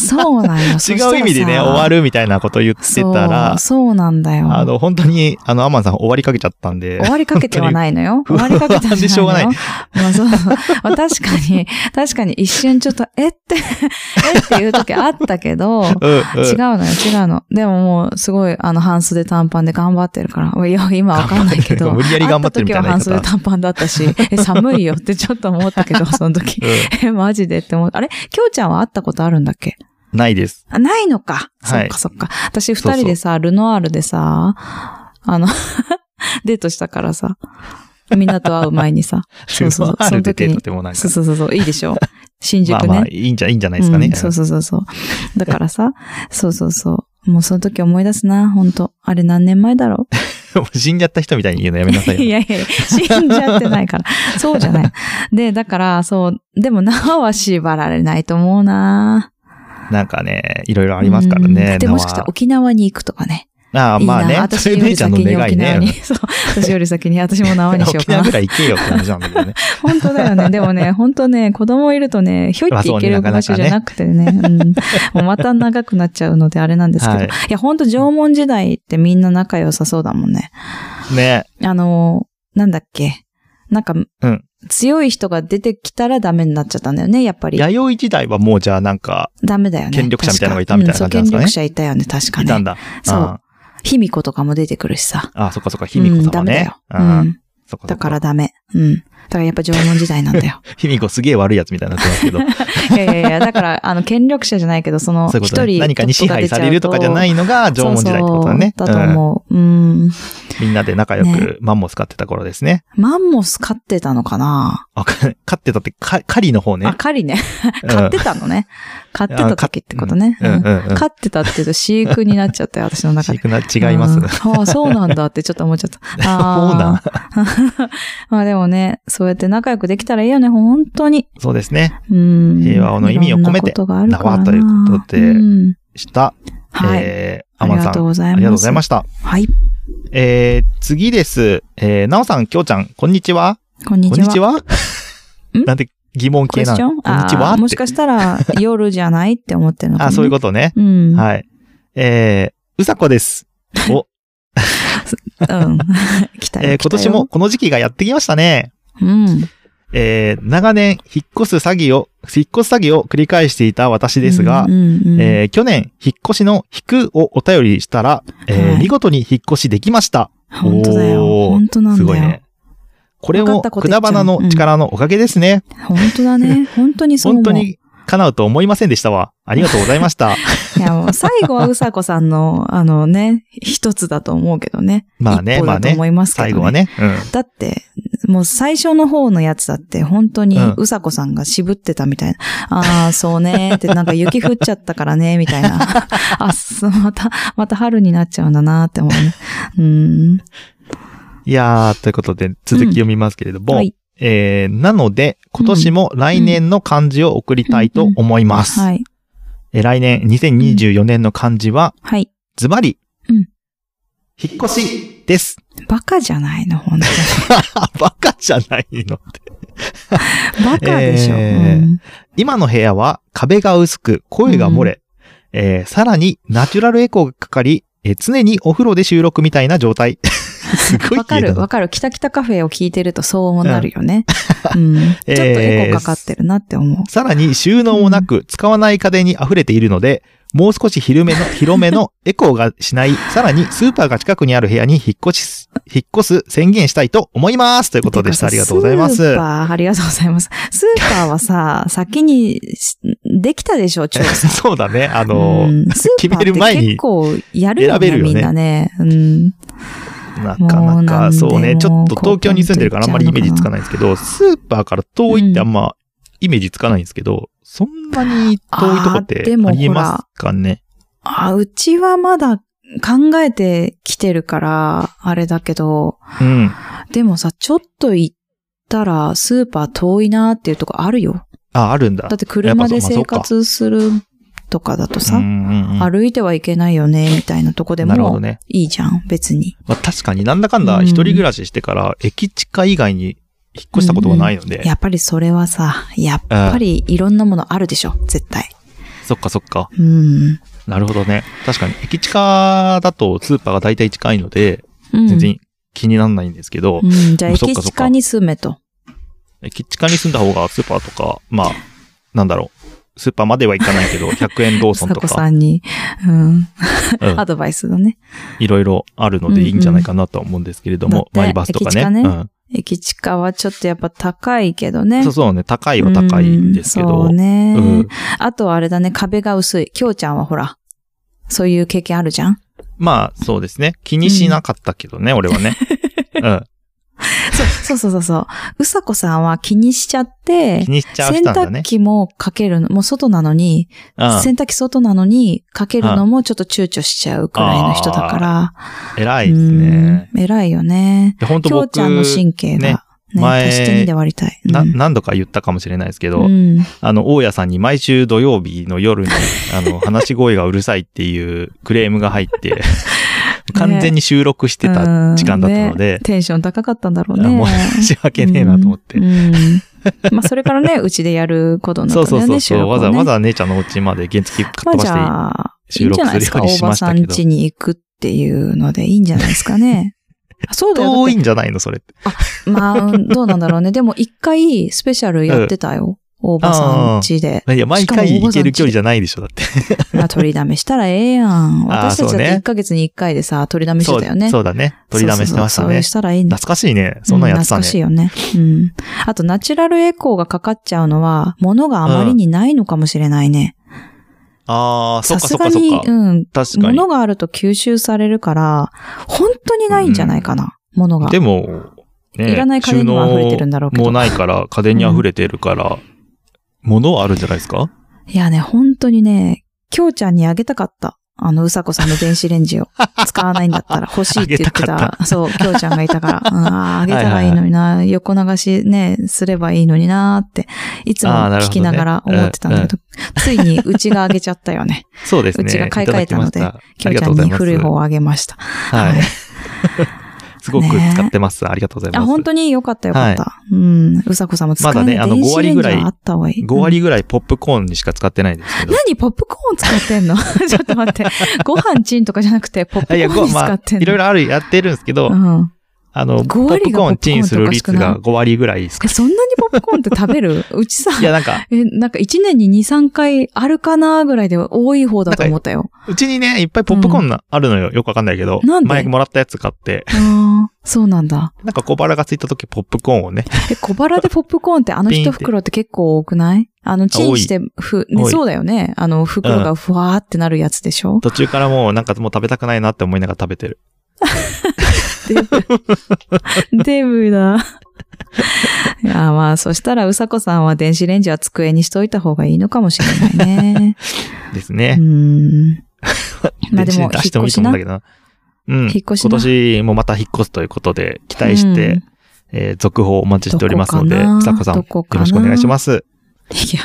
Speaker 2: そうなんよ。
Speaker 1: 違う意味でね、終わ
Speaker 2: る
Speaker 1: るみたいなこと言ってたら、
Speaker 2: そう、そうなんだよ。
Speaker 1: あの、本当に、あの、アマンさん終わりかけちゃったんで
Speaker 2: 終、わりかけてはないのよ。
Speaker 1: 本
Speaker 2: 終
Speaker 1: 当
Speaker 2: わ
Speaker 1: に
Speaker 2: りかけてはな
Speaker 1: 不
Speaker 2: いのよ。
Speaker 1: 安でしょうがない
Speaker 2: まあそう。まあ確かに、確かに一瞬ちょっと、えって、えっていう時あったけど、
Speaker 1: うん、うん。
Speaker 2: 違うのよ、違うの。でももう、すごい、あの、半袖短パンで頑張ってるから。いや、今わかんないけど。
Speaker 1: 頑張ってる無理やり頑張ってるみたいな言
Speaker 2: 会
Speaker 1: い
Speaker 2: った時は
Speaker 1: 方
Speaker 2: 半袖短パンだったし、え、寒いよってちょっと思ったけ
Speaker 1: [laughs]
Speaker 2: ど、その時。え、マジでって思った。あれきょうちゃんは会ったことあるんだっけ
Speaker 1: うんないです。
Speaker 2: あ、ないのか。そ
Speaker 1: は
Speaker 2: っ
Speaker 1: い
Speaker 2: かそっか。私二人でさ、ルノアールでさ、あの、 [laughs] デートしたからさ、みんなと会う前
Speaker 1: [laughs]
Speaker 2: にさ。そうそうそう
Speaker 1: あるで
Speaker 2: その時
Speaker 1: デ
Speaker 2: に
Speaker 1: ートってもうなんか
Speaker 2: そう、そうそうそう、いいでしょ新宿
Speaker 1: まあ
Speaker 2: ね。
Speaker 1: まあ、いいんじゃ、いいんじゃないですか
Speaker 2: う
Speaker 1: ね
Speaker 2: ん。そうそうそうそう。だからさ、そうそうそう。もうその時思い出すな、本当あれ何年前だろ
Speaker 1: [laughs] もう死んじゃった人みたいに言うのやめなさい
Speaker 2: [laughs] い
Speaker 1: よ。
Speaker 2: やいやいや、死んじゃってないから。そうじゃない。で、だから、そう、でも縄は縛られないと思うな
Speaker 1: なんかね、いろいろありますから
Speaker 2: うん
Speaker 1: ね、
Speaker 2: で、もしかしたら沖縄に行くとかね。
Speaker 1: 縄ああ、まあ
Speaker 2: いいな
Speaker 1: ね、そ
Speaker 2: 私
Speaker 1: れ
Speaker 2: よ
Speaker 1: 姉
Speaker 2: り
Speaker 1: ちゃんの
Speaker 2: 先に
Speaker 1: 願い
Speaker 2: 沖縄に。
Speaker 1: ね。
Speaker 2: そう。私より先に私も縄にしよう
Speaker 1: 沖
Speaker 2: か
Speaker 1: 縄
Speaker 2: な
Speaker 1: ぐ。らい行けよって話なんだけどね。
Speaker 2: 本当だ
Speaker 1: [laughs]
Speaker 2: よね。でもね、本当ね、子供いるとね、ひょいっていける
Speaker 1: まあそうね
Speaker 2: 場所じゃなくてね、うん、もうまた長くなっちゃうのであれなんですけど、
Speaker 1: はい
Speaker 2: い、や、本当縄文時代ってみんな仲良さそうだもんね。
Speaker 1: ね。
Speaker 2: [laughs] あの、なんだっけ。なんか、
Speaker 1: うん
Speaker 2: 強い人が出てきたらダメになっちゃったんだよね、やっぱり。
Speaker 1: 弥生時代はもうじゃあなんか、
Speaker 2: ダメだよね。
Speaker 1: 権力者みたいなのがいた
Speaker 2: 確
Speaker 1: み
Speaker 2: か
Speaker 1: たいな感じなん
Speaker 2: うん
Speaker 1: です
Speaker 2: そう、権力者いたよね、確か
Speaker 1: い
Speaker 2: ね。
Speaker 1: たんだ。
Speaker 2: そ
Speaker 1: ん
Speaker 2: う。卑弥呼とかも出てくるしさ。
Speaker 1: あ、そっかそっか、卑弥呼様ね。
Speaker 2: うん、ダメだよ。うん。
Speaker 1: そっかそっ
Speaker 2: だからダメ。うん。だからやっぱ縄文時代なんだよ。
Speaker 1: 卑弥呼すげえ悪いやつみたいになってますけど。
Speaker 2: いやいやいや、だから、あ [laughs] の、権力者じゃないけど、その、
Speaker 1: そうい
Speaker 2: 一
Speaker 1: うことね。
Speaker 2: 人、
Speaker 1: 何かに支配されるとかじゃないいのが縄文時代ってことだね。
Speaker 2: そうそうだと思う。うん。
Speaker 1: うんみんなで仲良
Speaker 2: ね
Speaker 1: くマンモス飼ってた頃ですね。
Speaker 2: マンモス飼ってたのかな
Speaker 1: あ、か飼ってたって、か狩りの方ね
Speaker 2: あ、。狩りね。飼ってたのね。飼ってた時ってことね。
Speaker 1: うんうん
Speaker 2: うん
Speaker 1: うん。
Speaker 2: 飼ってたって言うと飼育になっち
Speaker 1: [laughs]
Speaker 2: ゃったよ、私の中
Speaker 1: 飼
Speaker 2: で。
Speaker 1: 育な違います
Speaker 2: うん。ああ、そうなんだってちょっと思っちゃった。ああ。
Speaker 1: [laughs] そうなん。
Speaker 2: [laughs] まあでもね、そうやって仲良くできたらいいよね、本当に。
Speaker 1: そうですね。
Speaker 2: うん。
Speaker 1: 平和の意味を込めて
Speaker 2: いろんなことがあるからな
Speaker 1: 縄ということで
Speaker 2: うん
Speaker 1: した。
Speaker 2: はい。
Speaker 1: えー、
Speaker 2: あ
Speaker 1: ア
Speaker 2: り
Speaker 1: マンさ
Speaker 2: が
Speaker 1: ん。
Speaker 2: と
Speaker 1: あ
Speaker 2: うございます。
Speaker 1: りがとうございました。
Speaker 2: はい。
Speaker 1: えー、次です。えー、なおさん、きょうちゃん、こんにちは。
Speaker 2: こんに
Speaker 1: こん
Speaker 2: ち
Speaker 1: に
Speaker 2: は
Speaker 1: ち。は
Speaker 2: ん
Speaker 1: [laughs] なんて疑問
Speaker 2: ク
Speaker 1: 系
Speaker 2: エス
Speaker 1: な
Speaker 2: チョン
Speaker 1: のこんにちは
Speaker 2: あーも
Speaker 1: っ。
Speaker 2: してかし
Speaker 1: [laughs]
Speaker 2: たら夜じゃないって思ってるのかな。
Speaker 1: あ、そういうことね。
Speaker 2: と。うん。い。
Speaker 1: はい。えー、うさこです。お、
Speaker 2: うん。 [laughs] 来たよ
Speaker 1: えー今年も。この時期がやってきましたね。
Speaker 2: 来たようん。
Speaker 1: えー長年、引っ越す詐欺を、引っ越す詐欺を繰り返していた私ですが
Speaker 2: うん、うんうん
Speaker 1: えー去年、引っ越しの引くをお便りしたら、えー
Speaker 2: はい
Speaker 1: 見事に引っ越しできました。
Speaker 2: 本当だよ。
Speaker 1: おー
Speaker 2: 本当なんだよ。
Speaker 1: すごいね。これ
Speaker 2: わか
Speaker 1: も、
Speaker 2: ったこ
Speaker 1: く
Speaker 2: と言
Speaker 1: だ
Speaker 2: っちゃ
Speaker 1: ばな
Speaker 2: う
Speaker 1: の力のおかげですね。 [laughs]
Speaker 2: 本当だね。本当にそう思
Speaker 1: 本
Speaker 2: う。
Speaker 1: 当に、叶うと思いませんでしたわ。ありがとうございました。
Speaker 2: [laughs] いや、もう最後はうさこさんの、あのね、一つだと思うけどね。
Speaker 1: まあね
Speaker 2: 一歩
Speaker 1: まあ
Speaker 2: だ
Speaker 1: ね
Speaker 2: と思いますけど、
Speaker 1: 最後は。ね。うん。
Speaker 2: だって、もう最初の方のやつだって、本当に
Speaker 1: うん
Speaker 2: うさこさんが渋ってたみたいな。ああ、そうねーって、なんか雪降っちゃったからね、みた
Speaker 1: [laughs]
Speaker 2: いな。あ、そうまた、また春になっちゃうんだなーって思うね。うーん。
Speaker 1: いやー、ということで、続き読みますけれども、
Speaker 2: はい。
Speaker 1: えー、なので、今年も来年の漢字を送りたいと思います。
Speaker 2: はい。
Speaker 1: えー来年、2024年の漢字は、
Speaker 2: はい。
Speaker 1: ズバリ、
Speaker 2: うん
Speaker 1: 引っ越しです。
Speaker 2: バカじゃないの、本当
Speaker 1: あ、バカじゃないの。
Speaker 2: に。バカでしょ。
Speaker 1: えー
Speaker 2: うん
Speaker 1: 今の部屋は壁が薄く、声が漏れ、えーさらにナチュラルエコーがかかり、えー常にお風呂で収録みたいな状
Speaker 2: [laughs]
Speaker 1: 態。すごい
Speaker 2: わか
Speaker 1: 家だ
Speaker 2: る、
Speaker 1: な
Speaker 2: わかる。キタキタカフェを聞いてるとそうなる
Speaker 1: [laughs]
Speaker 2: よね。うん。ちょっとエコかかってるなって思う。
Speaker 1: さらに収納もなく使わない家電に溢れているので、もう少し広めの、広め
Speaker 2: [laughs]
Speaker 1: のエコーがしない、さらにスーパーが近くにある部屋に引っ越し、引っ越す宣言したいと思います。ということでした。ありがとうございま
Speaker 2: スー
Speaker 1: す。
Speaker 2: パー、ありがとうございます。スーパーはさ、先にし、できたでしょ、調
Speaker 1: [laughs]
Speaker 2: 査。
Speaker 1: そうだね。あの
Speaker 2: う
Speaker 1: ー、
Speaker 2: んスーパ
Speaker 1: 決
Speaker 2: ー
Speaker 1: める
Speaker 2: っ
Speaker 1: 前
Speaker 2: て
Speaker 1: に
Speaker 2: 結構やるよ
Speaker 1: 選
Speaker 2: ね
Speaker 1: べるよね
Speaker 2: みんなね。うん。
Speaker 1: なかなか、そうね。ちょっと東京に住んでるからあんまりイメージつか
Speaker 2: ない。
Speaker 1: ないんですけど、スーパーから遠いってあんまイメージつかないんですけど、そんなに遠いとこって
Speaker 2: あーでも
Speaker 1: ありえますかね。
Speaker 2: あ、うちはまだ考えてきてるから、あれだけど、
Speaker 1: うん。
Speaker 2: でもさ、ちょっと行ったらスーパー遠いなっていうとこあるよ。
Speaker 1: あ、あるんだ。
Speaker 2: だって車で生活するとかだとさ、
Speaker 1: うんうんうん
Speaker 2: 歩いてはいけないよね、みたいなとこで
Speaker 1: なるほど
Speaker 2: も、
Speaker 1: ね。
Speaker 2: いいじゃん、別に。
Speaker 1: まあ確かになんだかんだ
Speaker 2: うん
Speaker 1: 一人暮らししてから、駅地下以外に引っ越したことがないので、
Speaker 2: やっぱりそれはさ、やっぱりいろんなものあるでしょ、絶対。
Speaker 1: そっかそっか。
Speaker 2: うん。
Speaker 1: なるほどね。確かに駅地下だとスーパーが大体近いので、
Speaker 2: うん
Speaker 1: 全然気にならないんですけど、
Speaker 2: うん、じゃ
Speaker 1: そ
Speaker 2: あ、
Speaker 1: っか
Speaker 2: 駅
Speaker 1: そっか
Speaker 2: 近に住めと。
Speaker 1: 駅地下に住んだ方がスーパーとか、まあ、なんだろう。スーパーまでは行かないけ
Speaker 2: [laughs]
Speaker 1: ど、100円ローソン
Speaker 2: さ
Speaker 1: と
Speaker 2: こ
Speaker 1: か。
Speaker 2: さんに、うん、 [laughs]
Speaker 1: うん
Speaker 2: アドバイスだね。
Speaker 1: いろいろあるのでいいんじゃないかなとは思うんですけれども、
Speaker 2: うんうん
Speaker 1: マイバスとかね。
Speaker 2: だって駅地下
Speaker 1: う
Speaker 2: 駅近はちょっとやっぱ高いけどね。
Speaker 1: ん。そうそうね、高いは高いんですけど。
Speaker 2: うんそうね。
Speaker 1: うん
Speaker 2: あとはあれだね、壁が薄い。きょうちゃんはほら、そういう経験あるじゃん
Speaker 1: まあ、そうですね。気にしなかったけどね、俺はね。うん。
Speaker 2: [laughs] そうそうそうそう。うさこさんは気にしちゃって
Speaker 1: 気、にしちゃう
Speaker 2: 洗
Speaker 1: 人なんだね
Speaker 2: 濯。機もかけるの、もう外なのに、
Speaker 1: うん。
Speaker 2: 洗濯機外なのにかけるのもちょっと躊躇しちゃうくらいの人だから。
Speaker 1: 偉
Speaker 2: う
Speaker 1: いですね。
Speaker 2: ん偉いよね。
Speaker 1: で本当
Speaker 2: きょう
Speaker 1: 僕、
Speaker 2: ちゃんの神経
Speaker 1: ね
Speaker 2: が、ね、
Speaker 1: 前
Speaker 2: 足して2で割りたい。
Speaker 1: な
Speaker 2: うん
Speaker 1: 何度か言ったかもしれないですけど、
Speaker 2: うん
Speaker 1: あの、大家さんに毎週土曜日の
Speaker 2: [laughs]
Speaker 1: 夜に、あの、話し声がうるさいっていうクレームが入
Speaker 2: [laughs]
Speaker 1: って、完全に収録してた時間だったの
Speaker 2: うんね
Speaker 1: で、
Speaker 2: テンション高かったんだろう
Speaker 1: あ
Speaker 2: ね
Speaker 1: もう。申し訳ねえなと思って
Speaker 2: うん。うんまあ、それからね、 [laughs] うちでやることにな
Speaker 1: そ
Speaker 2: っ
Speaker 1: う
Speaker 2: たん
Speaker 1: そう
Speaker 2: だよ
Speaker 1: そ
Speaker 2: ね、
Speaker 1: うそう、
Speaker 2: 収録を
Speaker 1: わ
Speaker 2: ね
Speaker 1: ざわざ姉ちゃんのお家まで原付かっ
Speaker 2: ま
Speaker 1: 飛
Speaker 2: あ
Speaker 1: ば
Speaker 2: じ
Speaker 1: して、収
Speaker 2: ゃあ、いいんじ
Speaker 1: 録
Speaker 2: ゃないですか。
Speaker 1: するように
Speaker 2: お
Speaker 1: し
Speaker 2: ば
Speaker 1: ました
Speaker 2: さ
Speaker 1: けど
Speaker 2: ん家に行くっていうのでいいんじゃないですかね。
Speaker 1: [laughs]
Speaker 2: あそうだよ。だっ
Speaker 1: 遠
Speaker 2: て
Speaker 1: いんじゃないのそれって。
Speaker 2: まあ、うんどうなん
Speaker 1: [laughs]
Speaker 2: だろうね。でも、一回スペシャルやってたよ。大場さん家で。
Speaker 1: いや、毎回行ける距離じゃないでしょ、だって。
Speaker 2: まあ、取りだめしたらええや
Speaker 1: [laughs]
Speaker 2: ん。
Speaker 1: あー
Speaker 2: 私たち
Speaker 1: そう
Speaker 2: だっ
Speaker 1: ね
Speaker 2: て1ヶ月に1回でさ、取りだめしてたよね。
Speaker 1: そうだね。取りだめしてました
Speaker 2: そうそうそうそうい
Speaker 1: ね
Speaker 2: う。したらいいんだ。
Speaker 1: 懐かしいね。そんなんやってた
Speaker 2: う
Speaker 1: ね。
Speaker 2: 懐かしいよね。うん。あと、ナチュラルエコーがかかっちゃうのは、物があまりにないのかもしれないね。
Speaker 1: ああ、そ
Speaker 2: さ
Speaker 1: っか
Speaker 2: す
Speaker 1: そっ
Speaker 2: が
Speaker 1: かそ
Speaker 2: に
Speaker 1: っ、か。
Speaker 2: うん。
Speaker 1: 確かに。
Speaker 2: 物があると吸収されるから、本当にないんじゃないかな。物が。
Speaker 1: でも、ね、
Speaker 2: いらない家電には溢れてるんだろうけど
Speaker 1: 収納もない
Speaker 2: [laughs]
Speaker 1: から、家電に溢れてるから、物はあるんじゃないですか
Speaker 2: いやね、本当にね、きょうちゃんにあげたかった。あの、うさこさんの電子レ
Speaker 1: [laughs]
Speaker 2: ンジを使わないんだったら欲しいって言って
Speaker 1: あげたか
Speaker 2: た。そう、きょうちゃんがいた
Speaker 1: [laughs]
Speaker 2: から。うん、あーあげたらいいのにな、横流しね、すればいいのになーって、いつも
Speaker 1: あーなるほどね
Speaker 2: 聞きながら思ってたんだけど、ついにうちがあげちゃったよね。
Speaker 1: そうですね。
Speaker 2: うちが買い替えたので
Speaker 1: いだきまし [laughs]
Speaker 2: き
Speaker 1: たありがとう
Speaker 2: ょうちゃん
Speaker 1: ござい
Speaker 2: に
Speaker 1: ます。
Speaker 2: 古い方をあげました。
Speaker 1: はい。 [laughs] すごく使ってます。ありがとうございます。
Speaker 2: あ、本当によかったよかった。うん、うさこさんも使えない、
Speaker 1: まだねあの
Speaker 2: 電子レン
Speaker 1: 5
Speaker 2: ジ
Speaker 1: 割ぐらい
Speaker 2: はあった方がいい。
Speaker 1: 5割ぐらいポップコーンにしか使ってないんですけど。
Speaker 2: 何ポップコーン使ってんの [laughs] ちょっと待って。ご飯チンとかじゃなくて、ポップ
Speaker 1: [laughs]
Speaker 2: コ
Speaker 1: いや、
Speaker 2: ーン
Speaker 1: ご
Speaker 2: に使
Speaker 1: まあ
Speaker 2: ってんの、
Speaker 1: いろいろある、やってるんですけど、
Speaker 2: うん。
Speaker 1: あの、ポ
Speaker 2: 5
Speaker 1: ップ
Speaker 2: 割が
Speaker 1: コーンチンする率
Speaker 2: ポップコーンとか少な
Speaker 1: が5割ぐらいです
Speaker 2: [laughs] え
Speaker 1: か。
Speaker 2: そんなにポップコーンって食べる
Speaker 1: [laughs]
Speaker 2: うちさ、
Speaker 1: いや、なんか、
Speaker 2: え、なんか1年に2、3回あるかなぐらいで多い方だと思ったよ。
Speaker 1: うちにね、いっぱいポップコーンなあるのよ。よくわかんないけど。
Speaker 2: なんで
Speaker 1: 前もらったやつ買って、
Speaker 2: ああ、そうなんだ。
Speaker 1: なんか小腹がついた時ポップコーンをね。
Speaker 2: え、小腹でポップコーンってあの
Speaker 1: ピンって
Speaker 2: 一袋って結構多くないあの、チンして、ふ、ね、
Speaker 1: 多い
Speaker 2: そうだよね。あの、袋がふわーってなるやつで
Speaker 1: [laughs]
Speaker 2: しょ、
Speaker 1: 途中からもうなんかもう食べたくないなって思いながら食べてる。
Speaker 2: デブ。デブだ。 [laughs] いや、まあ、そしたら、うさこさんは電子レンジは机にしといた方がいいのかもしれな
Speaker 1: [laughs]
Speaker 2: いね。
Speaker 1: です
Speaker 2: う
Speaker 1: ね。
Speaker 2: ーん。まあ
Speaker 1: 電
Speaker 2: で
Speaker 1: 子レ
Speaker 2: も
Speaker 1: ンジ出してもいいと思うんだけどな。うん。
Speaker 2: 引っ越し
Speaker 1: 今
Speaker 2: な
Speaker 1: 年もまた引っ越すということで、期待して、
Speaker 2: うん
Speaker 1: えー続報をお待ちしておりますので
Speaker 2: どこかな、
Speaker 1: さこさん、
Speaker 2: ど
Speaker 1: よ
Speaker 2: こかな
Speaker 1: ろしくお願いします。
Speaker 2: いや、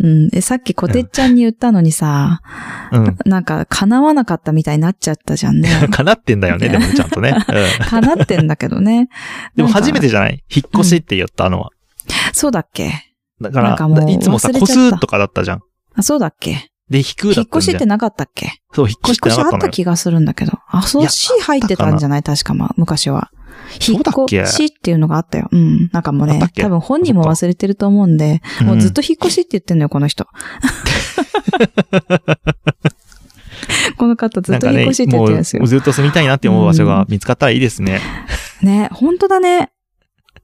Speaker 2: うん。え、さっきこてっちゃんに言ったのにさ、 [laughs]
Speaker 1: うん。
Speaker 2: なんか、叶わなかったみたいになっちゃったじゃんね。
Speaker 1: [laughs] かなってんだよね、でもねちゃんとね。
Speaker 2: [laughs]
Speaker 1: うん
Speaker 2: 叶ってんだけどね。
Speaker 1: でも初め
Speaker 2: て。
Speaker 1: てじゃない引っ越しって言ったのは。
Speaker 2: そうだっけ
Speaker 1: だか、
Speaker 2: なんからもう
Speaker 1: いつもさ、
Speaker 2: 忘れち
Speaker 1: 個
Speaker 2: ゃった
Speaker 1: 数とかだったじゃん。
Speaker 2: あ、そうだっけ
Speaker 1: で、引くだ
Speaker 2: 引
Speaker 1: っ
Speaker 2: っ
Speaker 1: ん
Speaker 2: た越
Speaker 1: だ
Speaker 2: しっ
Speaker 1: よ
Speaker 2: て。なかったっけ
Speaker 1: そう、引っ越
Speaker 2: 引
Speaker 1: し
Speaker 2: っ
Speaker 1: って
Speaker 2: 越
Speaker 1: な
Speaker 2: し
Speaker 1: か
Speaker 2: あ
Speaker 1: った
Speaker 2: っ
Speaker 1: の
Speaker 2: た
Speaker 1: よ。
Speaker 2: 気がするんだけど。あ、そ、
Speaker 1: いうや
Speaker 2: C 入ってたんじゃない確か、ま、昔は。引
Speaker 1: うだっ
Speaker 2: っ
Speaker 1: け
Speaker 2: 越しっていうのがあったよ。うん。なんかもう
Speaker 1: あっ
Speaker 2: ね
Speaker 1: たっ、け
Speaker 2: 多分本人も忘れてると思うんで、もうずっと引っ越しって言ってんのよ、この
Speaker 1: [laughs]
Speaker 2: 人。この方ずっと引っ越しって言ってるんですよ
Speaker 1: もう。ずっと住みたいなって思う場所が見つかったらいいですね。
Speaker 2: ね、本当だね。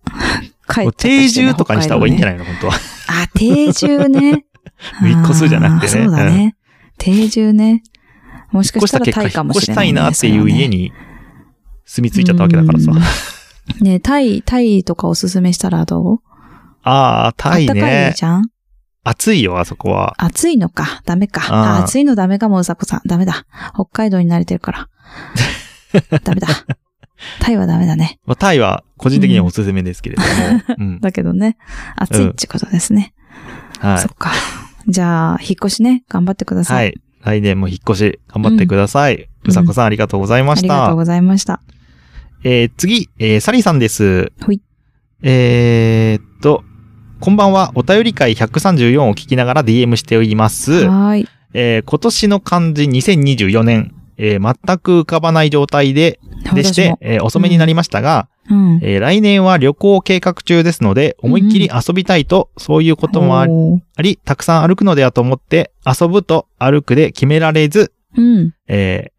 Speaker 2: [laughs] 帰っちゃ
Speaker 1: も
Speaker 2: っ
Speaker 1: う
Speaker 2: たしね
Speaker 1: 定住とかにした方がいいんじゃ
Speaker 2: 北海道ね
Speaker 1: ないの、本当は。。
Speaker 2: あ、定住ね
Speaker 1: [laughs] 引っ越すじゃなくてね
Speaker 2: あーそうだね。定住ね。もしか
Speaker 1: 引っ越
Speaker 2: し
Speaker 1: したた
Speaker 2: ら
Speaker 1: 結
Speaker 2: タ
Speaker 1: 果、
Speaker 2: イ
Speaker 1: 引
Speaker 2: か
Speaker 1: っ
Speaker 2: も
Speaker 1: 越
Speaker 2: し
Speaker 1: し
Speaker 2: れ
Speaker 1: た
Speaker 2: ない、ね。
Speaker 1: いなっていう家
Speaker 2: に。
Speaker 1: に住み着いちゃったわけだからさ
Speaker 2: うん。ね、タイ、タイとかおすすめしたらどう
Speaker 1: [laughs] ああ、タイ
Speaker 2: あったかい
Speaker 1: ね。
Speaker 2: じゃん
Speaker 1: 暑いよ、あそこは。
Speaker 2: 暑いのか。ダメか。
Speaker 1: あー
Speaker 2: あ暑いのダメかも、うさこさん。ダメだ。北海道に慣れて
Speaker 1: [laughs]
Speaker 2: るから。ダメだ。タイはダメだね。
Speaker 1: まあ、タイは個人的にはおすすめですけれども。うん。
Speaker 2: だけどね。暑いってことですね。
Speaker 1: は
Speaker 2: そっか。 [laughs] じゃあ、引っ越しね。頑張ってくだ
Speaker 1: い。
Speaker 2: さい。
Speaker 1: はい。来年も引っ越し、頑張ってください。
Speaker 2: ん
Speaker 1: うさこさん、ありがとうございま
Speaker 2: あ
Speaker 1: し
Speaker 2: りがとう
Speaker 1: た。
Speaker 2: ございました。
Speaker 1: えー、次、えー、サリーさんです。
Speaker 2: ほい。
Speaker 1: えーっと、こんばんは。お便り会134を聞きながら DM しております。
Speaker 2: はーい。
Speaker 1: えー今年の漢字2024年、えー全く浮かばない状態で、でし
Speaker 2: 私
Speaker 1: て
Speaker 2: も、
Speaker 1: えー遅めになりましたが、
Speaker 2: うん。
Speaker 1: えー来年は旅行を計画中ですので、思いっきり遊びたいと、そういうこともあ
Speaker 2: おー
Speaker 1: り、たくさん歩くのではと思って、遊ぶと歩くで決められず、
Speaker 2: うん。
Speaker 1: えー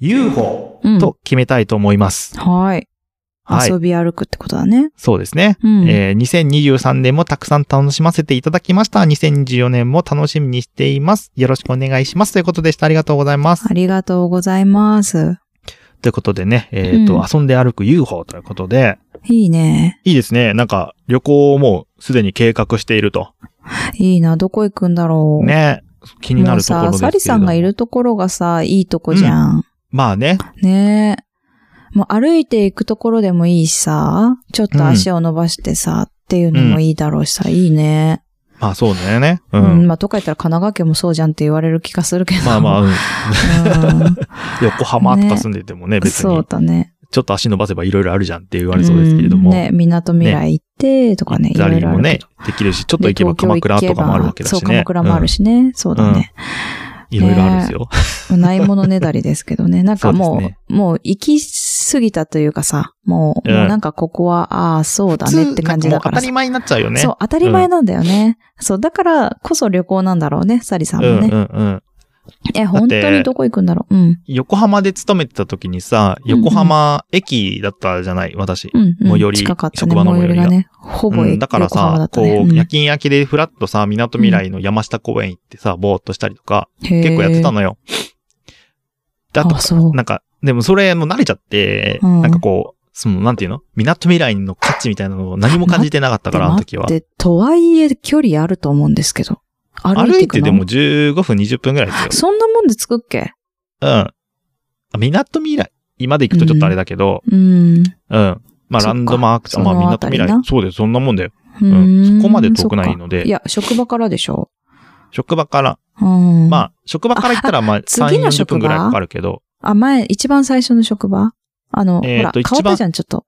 Speaker 1: UFO
Speaker 2: うん。
Speaker 1: と決めたいと思います。
Speaker 2: はい。
Speaker 1: はい
Speaker 2: 遊び歩くってことだね。
Speaker 1: そうですね。
Speaker 2: うん。
Speaker 1: えー2023年もたくさん楽しませていただきました。2024年も楽しみにしています。よろしくお願いします。ということでした。ありがとうございます。
Speaker 2: ありがとうございます。
Speaker 1: ということでね、えっ、と、
Speaker 2: うん
Speaker 1: 遊んで歩く UFO ということで、
Speaker 2: いいね。
Speaker 1: いいですね。なんか、旅行をもうすでに計画していると。
Speaker 2: いいな。どこ行くんだろう。。
Speaker 1: ね。気になるところ
Speaker 2: も
Speaker 1: で
Speaker 2: う
Speaker 1: すけ
Speaker 2: さ、サ
Speaker 1: れど
Speaker 2: リさんがい。るところがさ、いいとこじゃん。
Speaker 1: まあね。
Speaker 2: ねえ。もう歩いていくところでもいいしさ、ちょっと足を伸ばしてさ、っていうのもいいだろうしさ、いいね。
Speaker 1: まあそうだよね。う。
Speaker 2: うんん。まあ、とか言ったら神奈川県もそうじゃんって言われる気がするけど。
Speaker 1: まあまあ、うん
Speaker 2: [laughs] うん
Speaker 1: 横浜とか住んでてもね、別
Speaker 2: そう
Speaker 1: に、
Speaker 2: だね。
Speaker 1: ちょっと足伸ばせばいろいろあるじゃんって言われそうですけれども。
Speaker 2: うんね、港未来行って、とかね、い
Speaker 1: ザ
Speaker 2: ろ
Speaker 1: リ
Speaker 2: い
Speaker 1: ー
Speaker 2: ろあ
Speaker 1: も
Speaker 2: る
Speaker 1: ね
Speaker 2: けど。、
Speaker 1: できるし、ちょっと行けば
Speaker 2: で
Speaker 1: 鎌
Speaker 2: 東京行
Speaker 1: 倉
Speaker 2: けば
Speaker 1: とかもあるわけだしね。
Speaker 2: そう、鎌倉もあるしね。そうだね。
Speaker 1: うん。いろいろあるんですよ。
Speaker 2: ないものねだりですけどね。なん
Speaker 1: そ
Speaker 2: か
Speaker 1: う
Speaker 2: もう、
Speaker 1: ですね
Speaker 2: もう行き過ぎたというかさ、もう、
Speaker 1: うん
Speaker 2: もうなんかここは、ああ、そうだねって感じだから
Speaker 1: 普通なんもう当たり前になっちゃうよね。
Speaker 2: そう、当たり前なんだよね。そう、だからこそ旅行なんだろうね、サリさん
Speaker 1: う
Speaker 2: も
Speaker 1: ん
Speaker 2: ね。
Speaker 1: うんうん。
Speaker 2: え、本当にどこ行くんだろう。うん。
Speaker 1: 横浜で勤めてた時にさ、
Speaker 2: んうん
Speaker 1: 横浜駅だったじゃない、私。
Speaker 2: うん、うん。
Speaker 1: 最寄り
Speaker 2: 近かったね、
Speaker 1: 職場の
Speaker 2: 最寄りがね。ほぼ、
Speaker 1: うんだから
Speaker 2: 横浜だ
Speaker 1: さ
Speaker 2: っ、た
Speaker 1: こ
Speaker 2: ね、
Speaker 1: う、夜勤明けでフラッとさ、港未来の山下公園行ってさ、ぼーっとしたりとか、結
Speaker 2: 結
Speaker 1: 構やってたのよ。だと
Speaker 2: あ、、そう。
Speaker 1: なんか、でもそれも慣れちゃって、
Speaker 2: うん
Speaker 1: なんかこう、その、なんていうの港未来の価値みたいなのを何も感じてなかったから、あの時は。
Speaker 2: で、とはいえ距離あると思うんですけど。歩い
Speaker 1: 歩
Speaker 2: て
Speaker 1: い
Speaker 2: いく
Speaker 1: て
Speaker 2: の
Speaker 1: でも15分、20分ぐらいですよ。
Speaker 2: そんなもんで着くっけ
Speaker 1: うん。あ港未来まで行くとちょっとあれだけど、
Speaker 2: うん。
Speaker 1: うん。まあ、
Speaker 2: そっ
Speaker 1: ラ
Speaker 2: か
Speaker 1: ンドマーク、あまあ、
Speaker 2: そのあ
Speaker 1: 港
Speaker 2: た
Speaker 1: 未
Speaker 2: りな
Speaker 1: 来。そうです、そんなもんだよ。
Speaker 2: う
Speaker 1: うん。そこまで遠くない
Speaker 2: そっ
Speaker 1: の
Speaker 2: か
Speaker 1: で
Speaker 2: い、や、職場からでしょ。
Speaker 1: 職場から、
Speaker 2: うん。
Speaker 1: まあ、職場から行ったら、まあ、
Speaker 2: 次
Speaker 1: 3、
Speaker 2: の
Speaker 1: 40
Speaker 2: 職場
Speaker 1: 分ぐらいかかるけど、
Speaker 2: あ。前、一番最初の職場あの、
Speaker 1: えー
Speaker 2: ほら、
Speaker 1: と
Speaker 2: 変わったじゃん、ちょっと。